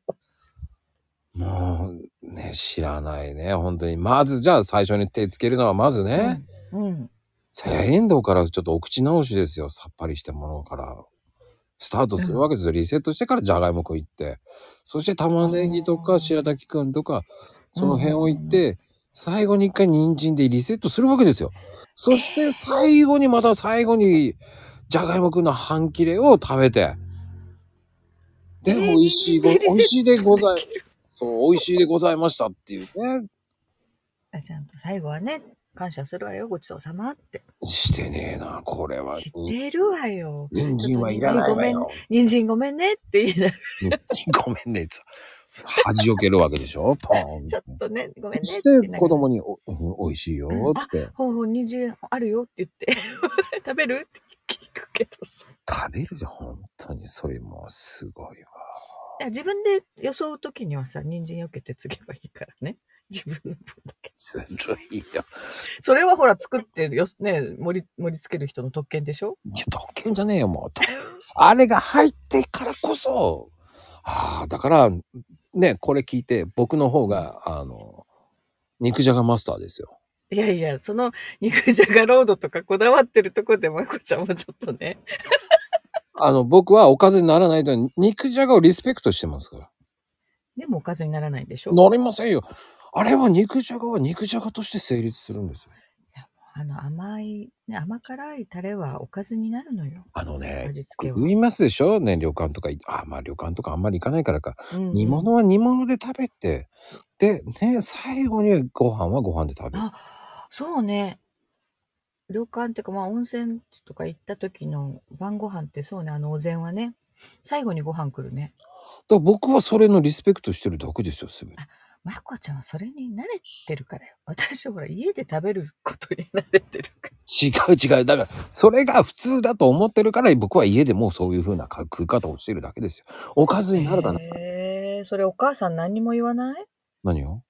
Speaker 1: もう、ね、知らないね。本当に。まず、じゃあ最初に手つけるのは、まずね、
Speaker 2: うん。
Speaker 1: さやえんどうからちょっとお口直しですよ。さっぱりしたものから。スタートするわけですよ。リセットしてからじゃがいも食いって。そして玉ねぎとか白滝くんとか、その辺を行って、最後に一回人参でリセットするわけですよ。そして最後にまた最後に、じゃがいもくんの半切れを食べて。で、
Speaker 2: えー
Speaker 1: 美味しいご、
Speaker 2: リセッ
Speaker 1: 美
Speaker 2: ト
Speaker 1: 味しいでござい、そう、美味しいでございましたっていうね。
Speaker 2: あちゃんと最後はね、感謝するわよ、ごちそうさまって。
Speaker 1: してねえな、これは。
Speaker 2: 知ってるわよ。
Speaker 1: 人参はいらないわよ。
Speaker 2: 人参ごめんねって言いなが
Speaker 1: 人参 ごめんね、つ。恥をけるわけでし ょポーン。
Speaker 2: ら、ちょっとね、ごめんねって
Speaker 1: そし
Speaker 2: 言いな
Speaker 1: て
Speaker 2: がら
Speaker 1: 子供にお、うん美味しいよって。
Speaker 2: ほうほう、人参あるよって言って、 食べるって聞くけどさ。
Speaker 1: 食べるよ、本当に。それもすごいわ。
Speaker 2: いや自分で予想うときにはさ、人参よけてつけばいいからね。自分の分だけ。
Speaker 1: ずるいよ。
Speaker 2: それはほら、作ってよ、ね、盛り、盛り付ける人の特権でしょ
Speaker 1: いや、特権じゃねえよ、もう。 あれが入ってからこそ。ああ、だから、ね、これ聞いて、僕の方が、あの、肉じゃがマスターですよ。
Speaker 2: いやいや、その肉じゃがロードとかこだわってるとこで、まこちゃんもちょっとね。
Speaker 1: あの、僕はおかずにならないと、肉じゃがをリスペクトしてますから。
Speaker 2: でもおかずにならないでしょ
Speaker 1: なりませんよ。あれは肉じゃがは肉じゃがとして成立するんですよ。
Speaker 2: あの甘い、ね、甘辛いタレはおかずになるのよ。
Speaker 1: あのね、
Speaker 2: 味付けは。
Speaker 1: 言いますでしょね、旅館とかい、あ、まあ旅館とかあんまり行かないからか。
Speaker 2: うん
Speaker 1: 煮物は煮物で食べて、で、ね、最後にご飯はご飯で食べる。
Speaker 2: あ、そうね。旅館っていうか、まあ温泉地とか行った時の晩ご飯ってそうね、あのお膳はね。最後にご飯来るね。
Speaker 1: だから僕はそれのリスペクトしてるだけですよ、すべて。
Speaker 2: まこちゃんはそれに慣れてるからよ。私はほら、家で食べることに慣れてるから。
Speaker 1: 違う違う。だから、それが普通だと思ってるから、僕は家でもうそういう風な食い方をしてるだけですよ。おかずになるかな。
Speaker 2: へえ、それお母さん何にも言わない
Speaker 1: 何を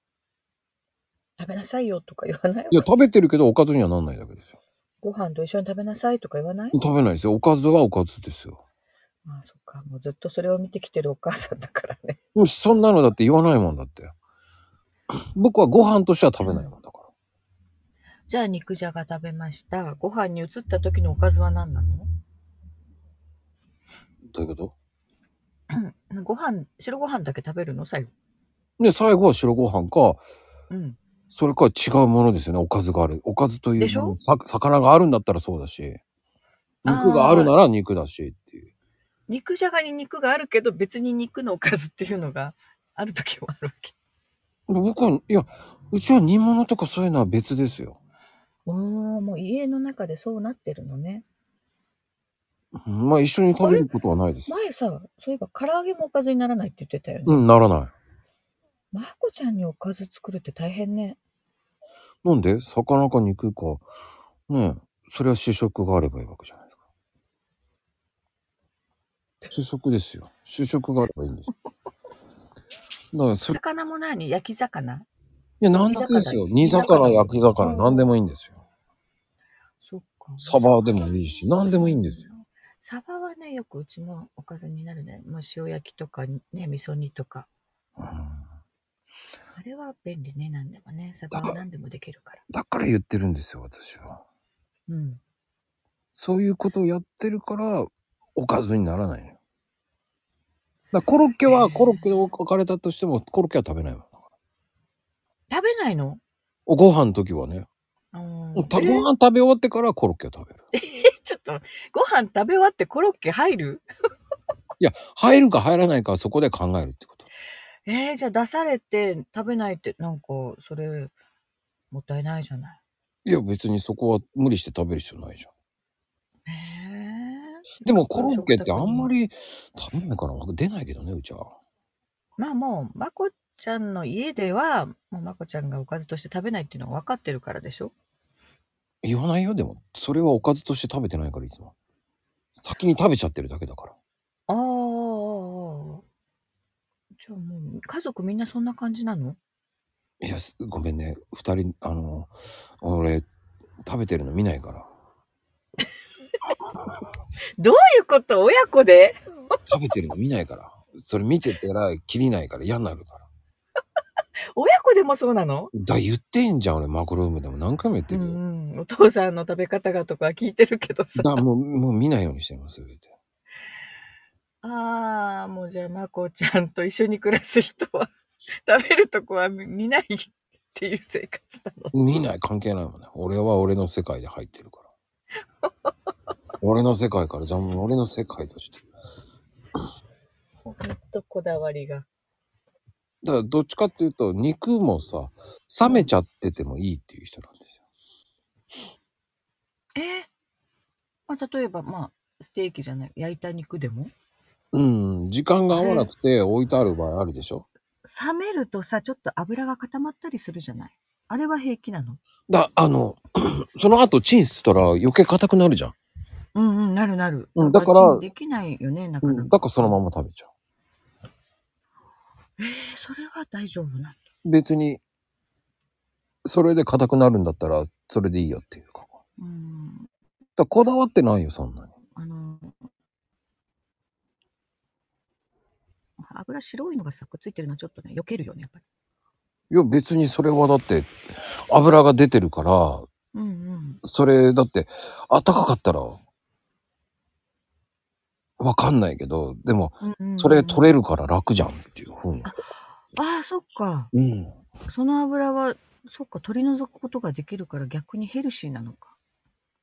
Speaker 2: 食べなさいよとか言わない
Speaker 1: いや、食べてるけどおかずにはなんないだけですよ。
Speaker 2: ご飯と一緒に食べなさいとか言わない
Speaker 1: 食べないですよ。おかずはおかずですよ。
Speaker 2: まあそっか、もうずっとそれを見てきてるお母さんだからね。
Speaker 1: もうそんなのだって言わないもんだって。僕はご飯としては食べないもんだから。
Speaker 2: じゃあ肉じゃが食べました。ご飯に移った時のおかずは何なの
Speaker 1: どういうこと
Speaker 2: うん ご飯、白ご飯だけ食べるの最後。
Speaker 1: で、最後は白ご飯か、
Speaker 2: うん。
Speaker 1: それか違うものですよね。おかずがある。おかずとい
Speaker 2: でし
Speaker 1: う
Speaker 2: ょ
Speaker 1: さ魚があるんだったらそうだし、
Speaker 2: あー
Speaker 1: 肉があるなら肉だしっていう。
Speaker 2: 肉じゃがに肉があるけど、別に肉のおかずっていうのがある時もあるわけ。
Speaker 1: 僕は、いや、うちは煮物とかそういうのは別ですよ。
Speaker 2: おー、もう家の中でそうなってるのね。
Speaker 1: うんまあ一緒に食べることはないです。
Speaker 2: 前さ、そういえば唐揚げもおかずにならないって言ってたよね。
Speaker 1: うん、ならない。
Speaker 2: まこちゃんにおかず作るって大変ね。
Speaker 1: なんで魚か肉か、ねえ、それは主食があればいいわけじゃないですか。主食ですよ。主食があればいいんですよ。 だからそれ、い
Speaker 2: 魚も何焼き魚
Speaker 1: や、なんだけですよ。煮
Speaker 2: 煮
Speaker 1: 魚、
Speaker 2: 魚
Speaker 1: 焼き魚、
Speaker 2: うん
Speaker 1: なんでもいいんですよ。
Speaker 2: そっか。
Speaker 1: サバでもいいし、なんでもいいんですよ。
Speaker 2: サバはね、よくうちもおかずになるね。もう塩焼きとかね、味噌煮とか。
Speaker 1: うん
Speaker 2: あれは便利ね、何でもね。サバは何でもできるから。
Speaker 1: だから言ってるんですよ、私は。
Speaker 2: うん。
Speaker 1: そういうことをやってるから、おかずにならないのよ。だからコロッケ
Speaker 2: へ
Speaker 1: は、
Speaker 2: え
Speaker 1: コロッケで置かれたとしても、コロッケは食べないわ。
Speaker 2: 食べないの
Speaker 1: おご飯の時はね、
Speaker 2: うん
Speaker 1: もう
Speaker 2: え
Speaker 1: たご飯食べ終わってからコロッケを食べる。
Speaker 2: ちょっと、ご飯食べ終わってコロッケ入る
Speaker 1: いや、入るか入らないかはそこで考えるってこと。
Speaker 2: えー、じゃあ出されて食べないって、なんか、それ、もったいないじゃない。
Speaker 1: いや、別にそこは無理して食べる必要ないじゃん。
Speaker 2: え
Speaker 1: でもコロッケってあんま。り食べないから出ないけどね、うちは。
Speaker 2: まあもう、まこちゃんの家では、もうまこちゃんがおかずとして食べないっていうのは分かってるからでしょ
Speaker 1: 言わないよ、でも。それはおかずとして食べてないから、いつも。先に食べちゃってるだけだから。
Speaker 2: ああ。じゃあもう、家族みんなそんな感じなの
Speaker 1: いや、すごめんね。二人、あの、俺、食べてるの見ないから。
Speaker 2: どういうこと親子で
Speaker 1: 食べてるの見ないから。それ見てたら、切りないから嫌になるから。
Speaker 2: 親子でもそうなの
Speaker 1: だ、言ってんじゃん、俺、マクロームでも何回も言って
Speaker 2: う
Speaker 1: るよ。
Speaker 2: ん、お父さんの食べ方がとか聞いてるけどさ。
Speaker 1: だ、もう、もう見ないようにしてます、言うて。
Speaker 2: ああ、もうじゃあ、まこちゃんと一緒に暮らす人は、 食べるとこは見見ないっていう生活なの。
Speaker 1: 見ない、関係ないもんね。俺は俺の世界で入ってるから。俺の世界から、じゃあもう俺の世界として。
Speaker 2: ほんとこだわりが。
Speaker 1: だから、どっちかっていうと、肉もさ、冷めちゃっててもいいっていう人なんですよ。
Speaker 2: えーまあ、例えば、まあ、ステーキじゃない、焼いた肉でも
Speaker 1: うん、時間が合わなくて置いてある場合あるでしょ。
Speaker 2: 冷めるとさ、ちょっと油が固まったりするじゃないあれは平気なの
Speaker 1: だ、あの、 その後チンしたら余計硬くなるじゃん。
Speaker 2: うんうん、なるなる。
Speaker 1: うんだから
Speaker 2: チンできないよね、なか
Speaker 1: う
Speaker 2: なか。
Speaker 1: ん、だからそのまま食べちゃう。
Speaker 2: えーそれは大丈夫なの
Speaker 1: 別に、それで硬くなるんだったら、それでいいよっていうか。だか
Speaker 2: うん、
Speaker 1: らこだわってないよ、そんなに。
Speaker 2: あの油白いのがさくっついてるのはちょっとね避けるよねやっぱり
Speaker 1: いや、別にそれはだって、油が出てるから、
Speaker 2: うんうん
Speaker 1: それだって、暖かかったら、わかんないけど、でも、
Speaker 2: うんうんうん
Speaker 1: それ取れるから楽じゃんっていう風に。
Speaker 2: ああそっか
Speaker 1: うん。
Speaker 2: その油はそっか取り除くことができるから逆にヘルシーなのか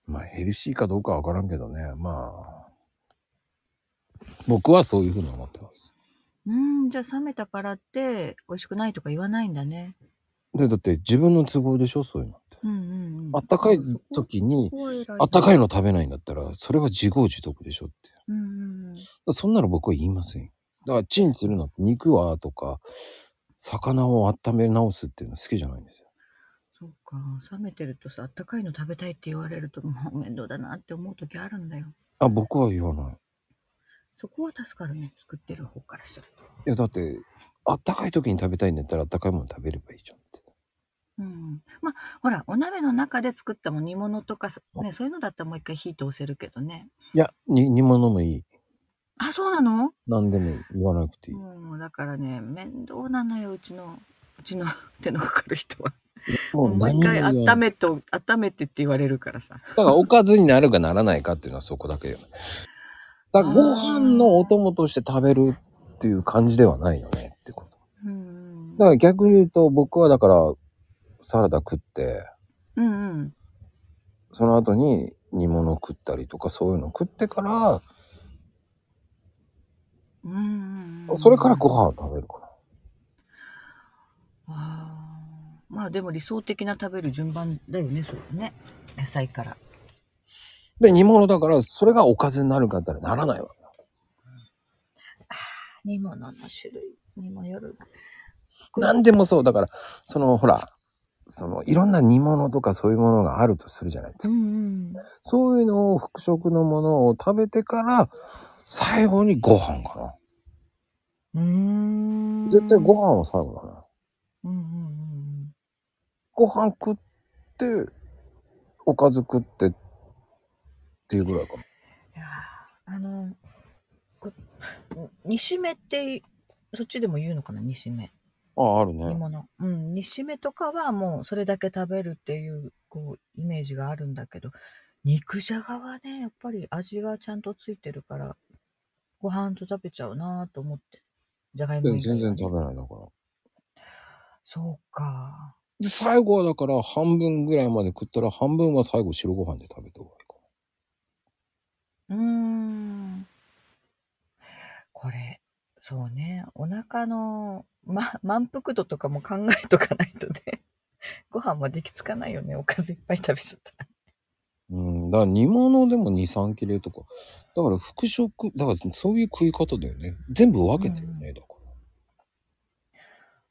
Speaker 1: まあ、ヘルシーかどうかわからんけどね、まあ、僕はそういう風に思ってます。
Speaker 2: うんじゃあ冷めたからって美味しくないとか言わないんだね
Speaker 1: で、だって自分の都合でしょ、そういうのって。
Speaker 2: うんうんうん
Speaker 1: あったかい時に、あったかいの食べないんだったら、それは自業自得でしょって。だか
Speaker 2: うんうんうん
Speaker 1: らそんなの僕は言いませんよ。だから、チンするなんて肉はとか、魚を温め直すっていうの好きじゃないんですよ。
Speaker 2: そうか冷めてるとさあったかいの食べたいって言われるともう面倒だなって思う時あるんだよ
Speaker 1: あ、僕は言わない。
Speaker 2: そこは助かるね作ってる方からすると
Speaker 1: いや、だって、あったかい時に食べたいんだったら、あったかいもの食べればいいじゃんって。
Speaker 2: うん、まあほらお鍋の中で作ったもん煮物とかさ、ね、そういうのだったらもう一回火通せるけどね
Speaker 1: いや、に煮物もいい。
Speaker 2: あそうなの
Speaker 1: 何でもいい言わなくていい。
Speaker 2: もうだからね面倒なのようちのうちの 手のかかる人は
Speaker 1: も
Speaker 2: もう一回
Speaker 1: 言わ
Speaker 2: 温
Speaker 1: ない
Speaker 2: めと温めてって言われるからさ
Speaker 1: だから、おかずになるかならないかっていうのはそこだけよね。だから、ご飯のお供として食べるっていう感じではないよねってこと。
Speaker 2: うん
Speaker 1: だから逆に言うと僕はだからサラダ食って
Speaker 2: うんうん
Speaker 1: その後に煮物食ったりとかそういうの食ってから、
Speaker 2: うんうんうん
Speaker 1: それからご飯を食べるかな。
Speaker 2: あーまあでも理想的な食べる順番だよねそれね野菜から
Speaker 1: で煮物だからそれがおかずになるかって言ったらならないわけよ。
Speaker 2: 煮物の種類にもよる
Speaker 1: 何でもそうだからそのほらそのいろんな煮物とかそういうものがあるとするじゃないです
Speaker 2: う
Speaker 1: か。
Speaker 2: んうん
Speaker 1: そういうのを復食のものを食べてから最後にご飯かな。
Speaker 2: うーん
Speaker 1: 絶対ご飯は最後だな。
Speaker 2: うんうんうん
Speaker 1: ご飯食っておかず食ってっていうぐらいかな。
Speaker 2: うん。いやーあの、こ煮しめって、そっちでも言うのかな、煮しめ。
Speaker 1: ああるね
Speaker 2: 煮物。うん、煮しめとかはもうそれだけ食べるっていう、こう、イメージがあるんだけど、肉じゃがはね、やっぱり味がちゃんとついてるから、ご飯と食べちゃうなと思って。じゃがいも以
Speaker 1: 全
Speaker 2: 外はね、
Speaker 1: 然食べないだから。
Speaker 2: そうか。
Speaker 1: で、最後はだから半分ぐらいまで食ったら半分は最後白ご飯で食べて終わりか
Speaker 2: うーんこれ、そうね、お腹の、ま、満腹度とかも考えとかないとね、 ご飯もできつかないよね、おかずいっぱい食べちゃったら。
Speaker 1: な。うん、だから煮物でも2、3切れとか。だから副食、だからそういう食い方だよね。全部分けてるね、だか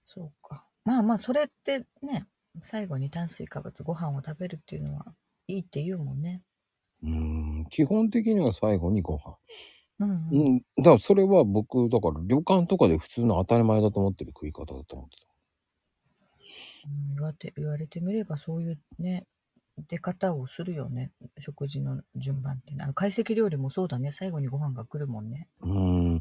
Speaker 2: そうか。まあまあ、それってね、最後に炭水化物、ご飯を食べるっていうのはいいって言うもんね。
Speaker 1: ら。うん、基本的には最後にご飯。
Speaker 2: うん、
Speaker 1: う
Speaker 2: うん。
Speaker 1: ん、だからそれは僕、だから旅館とかで普通の当たり前だと思ってる食い方だと思ってた。
Speaker 2: 言われて言われてみればそういうね、出方をするよね食事の順番ってねあの懐石料理もそうだね最後にご飯が来るもんね
Speaker 1: うん。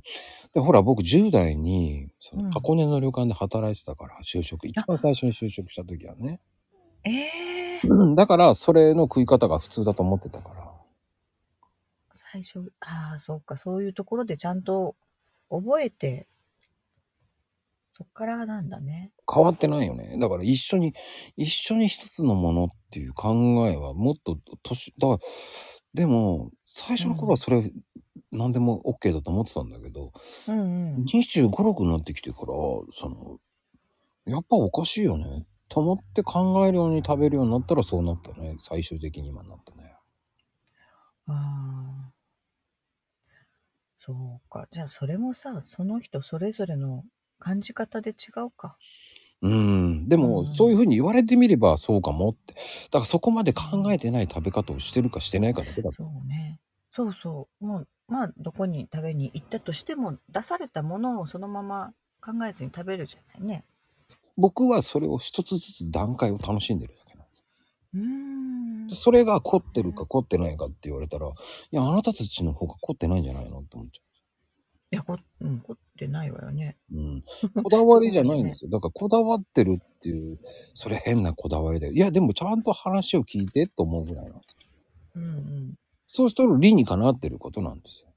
Speaker 1: で、ほら、僕10代に、そ
Speaker 2: うん
Speaker 1: の箱根の旅館で働いてたから、就職、一番最初に就職した時はね。
Speaker 2: ええ
Speaker 1: うんだから、それの食い方が普通だと思ってたから。
Speaker 2: 最初ああそうかそういうところでちゃんと覚えてそっからなんだね
Speaker 1: 変わってないよね。だから一緒に、一緒に一つのものっていう考えはもっと年、だから、でも、最初の頃はそれ、何でも OK だと思ってたんだけど、
Speaker 2: うんうん
Speaker 1: 25、6になってきてから、その、やっぱおかしいよね。と思って考えるように食べるようになったらそうなったね。最終的に今なったね。
Speaker 2: ああそうかじゃあそれもさその人それぞれの感じ方で違うか
Speaker 1: うん。で
Speaker 2: う
Speaker 1: も、
Speaker 2: ん
Speaker 1: そういうふうに言われてみればそうかもって。だからそこまで考えてない食べ方をしてるかしてないかだけだと。
Speaker 2: そうね。そうそう。もう、まあ、どこに食べに行ったとしても、出されたものをそのまま考えずに食べるじゃないね。
Speaker 1: 僕はそれを一つずつ段階を楽しんでるだけなの
Speaker 2: うーん。
Speaker 1: それが凝ってるか凝ってないかって言われたら、いや、あなたたちの方が凝ってないんじゃないのって思っちゃ
Speaker 2: いや、こ、うん、凝ってないわよね。
Speaker 1: う。 うん。こだわりじゃないんですよ。だから、こだわってるっていう、それ変なこだわりだよ。いや、でもちゃんと話を聞いてと思うぐらいなの。
Speaker 2: うんうん。
Speaker 1: そうしたら理にかなってることなんですよ。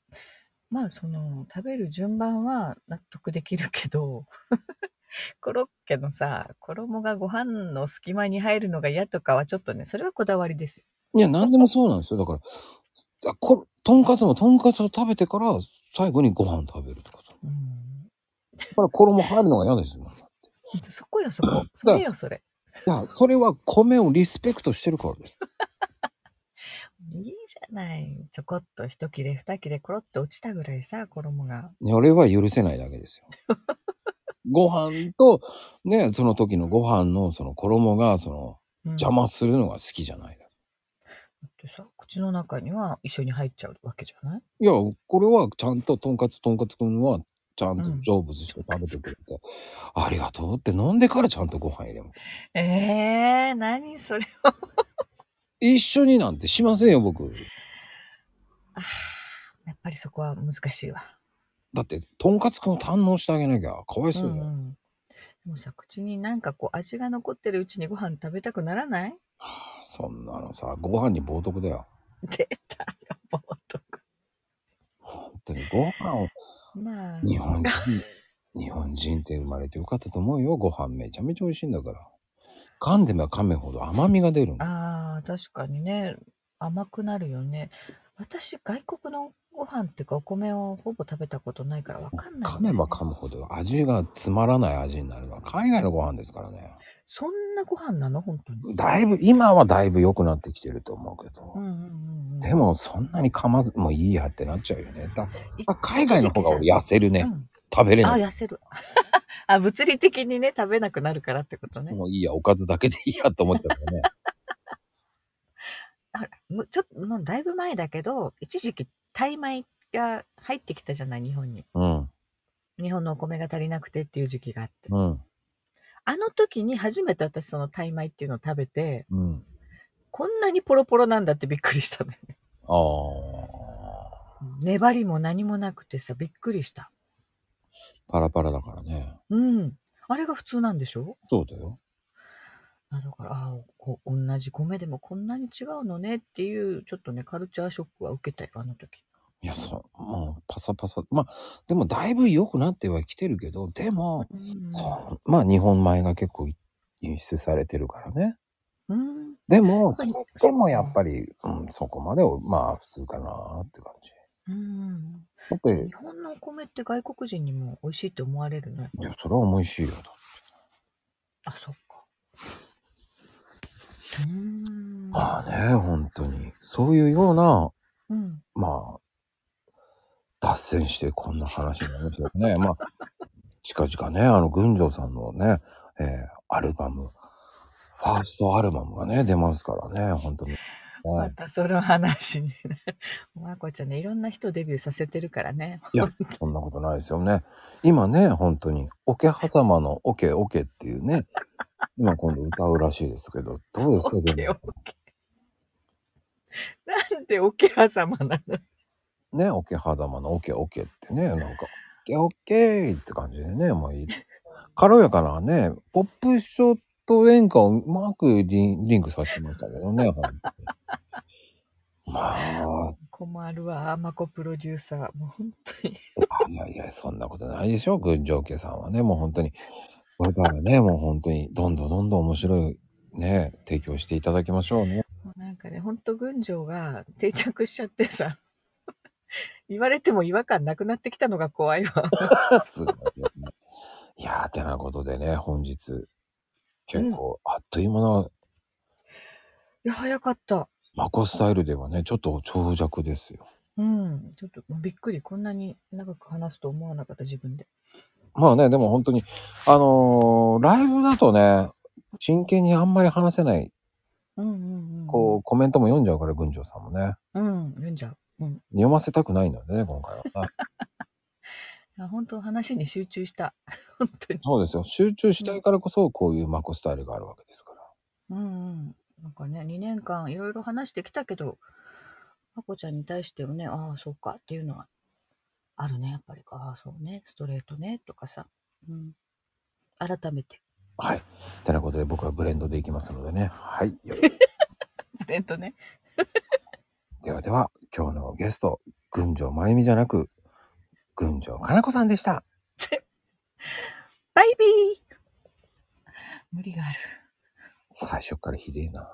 Speaker 2: まあ、その、食べる順番は納得できるけど、コロッケのさ、衣がご飯の隙間に入るのが嫌とかはちょっとね、それはこだわりです。
Speaker 1: いや、何でもそうなんですよ。だから、あことんかつもとんかつを食べてから、最後にご飯食べるってこと。
Speaker 2: うん。
Speaker 1: だから、衣入るのが嫌ですよ。
Speaker 2: そこよ、そこ。それよ、それ。
Speaker 1: いや、それは米をリスペクトしてるからです。
Speaker 2: いいじゃない。ちょこっと一切れ二切れコロッと落ちたぐらいさ、衣が。
Speaker 1: それは許せないだけですよ。 ご飯と、ね、その時のご飯のその衣が、その、
Speaker 2: うん
Speaker 1: 邪魔するのが好きじゃない。
Speaker 2: ってさ口の中には一緒に入っちゃうわけじゃない
Speaker 1: いや、これはちゃんととんかつとんかつくんは、ちゃんと成仏して食べてくれて、ありがとうって飲んでからちゃんとご飯入れます。
Speaker 2: えー、何それ
Speaker 1: 一緒になんてしませんよ、僕。
Speaker 2: あーやっぱりそこは難しいわ、
Speaker 1: だって、とんかつくんを堪能してあげなきゃ、かわいそうじゃん。
Speaker 2: んん、でもさ口になんかこう味が残ってるうちにご飯食べたくならない
Speaker 1: そんなのさ、ご飯に冒涜だよ。
Speaker 2: 出たよ冒涜
Speaker 1: 本当にご飯を、
Speaker 2: まあ
Speaker 1: 日本人、日本人って生まれてよかったと思うよ。ご飯めちゃめちゃ美味しいんだから。噛んでば噛めほど甘みが出るの。
Speaker 2: あー確かにね甘くなるよね私外国のご飯っていうかお米をほぼ食べたことないからわかんない
Speaker 1: 噛
Speaker 2: んだ
Speaker 1: め
Speaker 2: よね、
Speaker 1: ば噛むほど味がつまらない味になるのは海外のご飯ですからね。
Speaker 2: そんなご飯なの本当に
Speaker 1: だいぶ、今はだいぶ良くなってきてると思うけど。
Speaker 2: うんうんうんうん
Speaker 1: でもそんなに噛まず、もういいやってなっちゃうよね。だ海外の方が俺痩せるね。
Speaker 2: うん
Speaker 1: 食べれ
Speaker 2: あ、
Speaker 1: ない。
Speaker 2: 痩せる。 あ、物理的にね、食べなくなるからってことね。
Speaker 1: もういいや、おかずだけでいいやと思っちゃう からね。
Speaker 2: あらむちょっと、もうだいぶ前だけど、一時期、タイ米が入ってきたじゃない、日本に。日本のお米が足りなくてっていう時期があって。
Speaker 1: うん。うん。
Speaker 2: あの時に初めて私そのタイ米っていうのを食べて、
Speaker 1: うん。
Speaker 2: こんなにポロポロなんだってびっくりしたね。
Speaker 1: ああ。
Speaker 2: 粘りも何もなくてさ、びっくりした。
Speaker 1: パラパラだからね。
Speaker 2: うん。あれが普通なんでしょ
Speaker 1: そうだよ。
Speaker 2: あだから、あこ同じ米でもこんなに違うのねっていう、ちょっとね、カルチャーショックは受けたよ、あの時。
Speaker 1: いや、そう、もうパサパサ。まあ、でもだいぶ良くなってはきてるけど、でも、
Speaker 2: うん
Speaker 1: そう、まあ日本米が結構い輸出されてるからね。
Speaker 2: うん。
Speaker 1: でも、そ
Speaker 2: そう
Speaker 1: れでもやっぱり、うん、そこまでを、まあ普通かなって感じ。
Speaker 2: うん。
Speaker 1: だって
Speaker 2: 日、本のお米って外国人にも美味しいって思われるね。
Speaker 1: いや、それは美味しいよと。
Speaker 2: あ、そっか。うーん。
Speaker 1: まあね、本当に。そういうような、
Speaker 2: うん。
Speaker 1: まあ、脱線してこんな話になりましたけどね。まあ、近々ね、あの、群青さんのね、えーアルバム、ファーストアルバムがね、出ますからね、本当に。ね
Speaker 2: またその話に なる。まこちゃんね、いろんな人をデビューさせてるからね。
Speaker 1: いや、そんなことないですよね。今ね、本当に、桶狭間の桶桶っていうね、今今度歌うらしいですけど、どうですか、
Speaker 2: オッケー
Speaker 1: 群
Speaker 2: オッ
Speaker 1: 馬さん
Speaker 2: ケで桶狭間なの。
Speaker 1: ね、オケ狭間のオケオケってね、なんか、オケオケーって感じでね、もういい。軽やかなね、ポップショット演歌をうまくリンリンクさせてましたけどね、本当に。まあ、
Speaker 2: 困るわ、マコプロデューサー。もう本当に。
Speaker 1: いやいや、そんなことないでしょ、群青家さんはね、もう本当に。これからね、もう本当に、どんどんどんどん面白い、ね、提供していただきましょうね。
Speaker 2: もうなんかね、本当群青が定着しちゃってさ。 言われても違和感なくなってきたのが怖いわ。
Speaker 1: すごいですねいやー、てなことでね、本日、結構、あっという間の、
Speaker 2: いや、早かった。
Speaker 1: マコスタイルではね、ちょっと長尺ですよ。
Speaker 2: うん。ちょっともうびっくり。こんなに長く話すと思わなかった、自分で。
Speaker 1: まあね、でも本当に、あのーライブだとね、真剣にあんまり話せない、
Speaker 2: うんうんうん。
Speaker 1: こう、コメントも読んじゃうから、群青さんもね。
Speaker 2: う。うん、読んじゃう。うん。
Speaker 1: 読ませたくないのでね、今回はね。
Speaker 2: あ本当話に集中した。 本当に。
Speaker 1: そうですよ。集中したいからこそ、こういうマコスタイルがあるわけですから。
Speaker 2: うんうん。なんかね、2年間いろいろ話してきたけど、まこちゃんに対してはね、ああ、そうかっていうのはあるね、やっぱり。ああ、そうね、ストレートね、とかさ。うん。改めて。
Speaker 1: はい。てなことで、僕はブレンドでいきますのでね。はい。よろ
Speaker 2: レントね。
Speaker 1: ではでは、今日のゲスト、群青まゆみじゃなく、群青かなこさんでした。
Speaker 2: バイビー無理がある。
Speaker 1: 最初からひでえな。